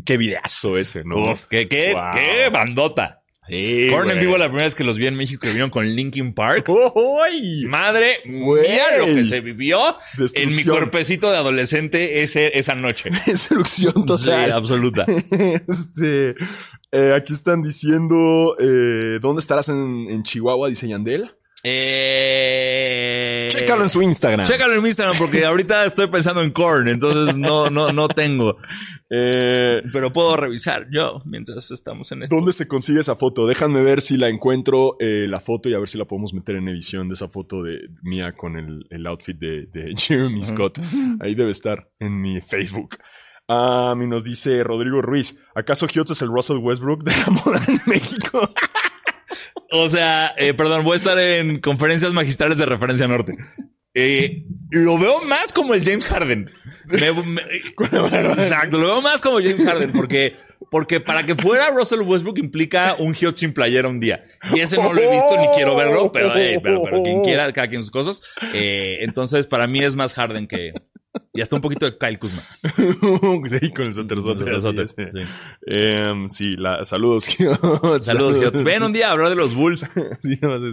Qué videazo ese, ¿no?
Uf, qué, qué,
Wow.
qué bandota.
Sí.
Corn en
güey.
vivo la primera vez que los vi en México que vieron con Linkin
[LAUGHS]
Park.
¡Uy!
Madre
Güey.
mía lo que se vivió en mi
Destrucción.
cuerpecito de adolescente ese, esa noche.
Destrucción [LAUGHS]
Sí,
total. [LAUGHS]
absoluta. [LAUGHS]
este, eh, aquí están diciendo eh, dónde estarás en, en Chihuahua, dice Yandel.
Eh,
Chécalo en su Instagram.
Chécalo en mi Instagram porque ahorita estoy pensando en corn, entonces no, no, no tengo.
Eh,
Pero puedo revisar yo mientras estamos en este esto.
¿Dónde se consigue esa foto? Déjame ver si la encuentro, eh, la foto, y a ver si la podemos meter en edición de esa foto de mía con el, el outfit de, de [LAUGHS] Jeremy Scott. Ahí debe estar en mi Facebook. Ah, y nos dice Rodrigo Ruiz, ¿acaso Giotto es el Russell Westbrook de la moda en México? [LAUGHS]
O sea, eh, perdón, voy a estar en conferencias magistrales de referencia norte. Eh, lo veo más como el James Harden. Me- me- exacto, lo veo más como James Harden porque, porque para que fuera Russell Westbrook implica un Hiot sin playera un día. Y ese no lo he visto ni quiero verlo, pero, eh, pero, pero quien quiera, cada quien sus cosas. Eh, entonces, para mí es más Harden que... Y hasta un poquito de Kyle Kuzma.
sí, con el suéter, suéter, así
Sote,
es.
sí.
Em, sí, la, saludos, Giotto.
Saludos, Hiots. Ven un día a hablar de los Bulls.
[LAUGHS] Sí, nada más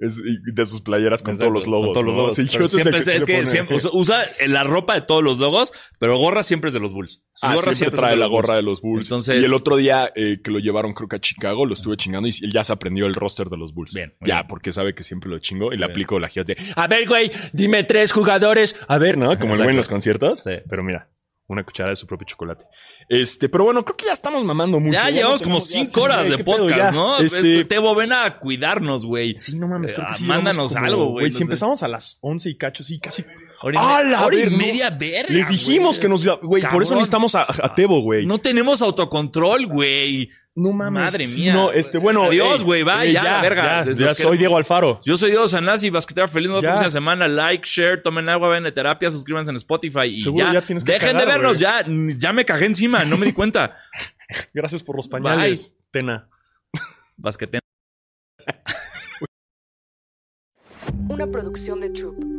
es- es- y de sus playeras con todos los
Exacto,
logos.
con todos los
¿no?
logos.
Sí,
Pero
Giotto
siempre
es, el
es,
se
que
pone-
siempre usa, usa la ropa de todos los logos, pero gorra siempre es de los Bulls. Su
Ah,
gorra
siempre
siempre es
trae
de
la
los Bulls.
gorra de los Bulls.
Entonces-
y el otro día eh, que lo llevaron, creo que a Chicago, lo estuve chingando y él ya se aprendió el roster de los Bulls.
Bien, muy
Ya,
bien.
porque sabe que siempre lo chingo y le aplico la gira de.
A ver, güey, dime tres jugadores.
A ver, ¿no? Como el güey en los conciertos.
Sí.
Pero mira, una cuchara de su propio chocolate. Este, pero bueno, creo que ya estamos mamando mucho.
Ya llevamos
nos
como
tenemos ya,
cinco
sí,
horas
güey,
de
qué pedo, ya.
podcast, ¿no?
Este,
Este, Tebo, ven a cuidarnos, güey.
Sí, no mames, creo que
Ah,
sí
mándanos
llevamos
algo, güey. Nos-
Si empezamos a las once y cacho, sí, casi.
Hora y
¡A
media-
la
hora y
verga!
media verga,
Les dijimos
güey.
que nos. Güey, por eso
Cabrón.
necesitamos a, a Tebo, güey.
No tenemos autocontrol, güey.
No
Madre
sí,
mía.
No, este, bueno.
Adiós,
ey,
güey, va,
ey,
ya, la verga.
Ya,
Les-
ya
los
soy
queremos.
Diego Alfaro.
Yo soy Diego Sanasi, basquetera feliz. Nos vemos
Ya.
la próxima semana. Like, share, tomen agua, ven a terapia, suscríbanse en Spotify y
Seguro
ya.
ya tienes que
Dejen de
cagar,
vernos, ya, ya me cagué encima, no me di cuenta. [LAUGHS]
Gracias por los pañales. Tena.
Basquete.
Una producción de Troop.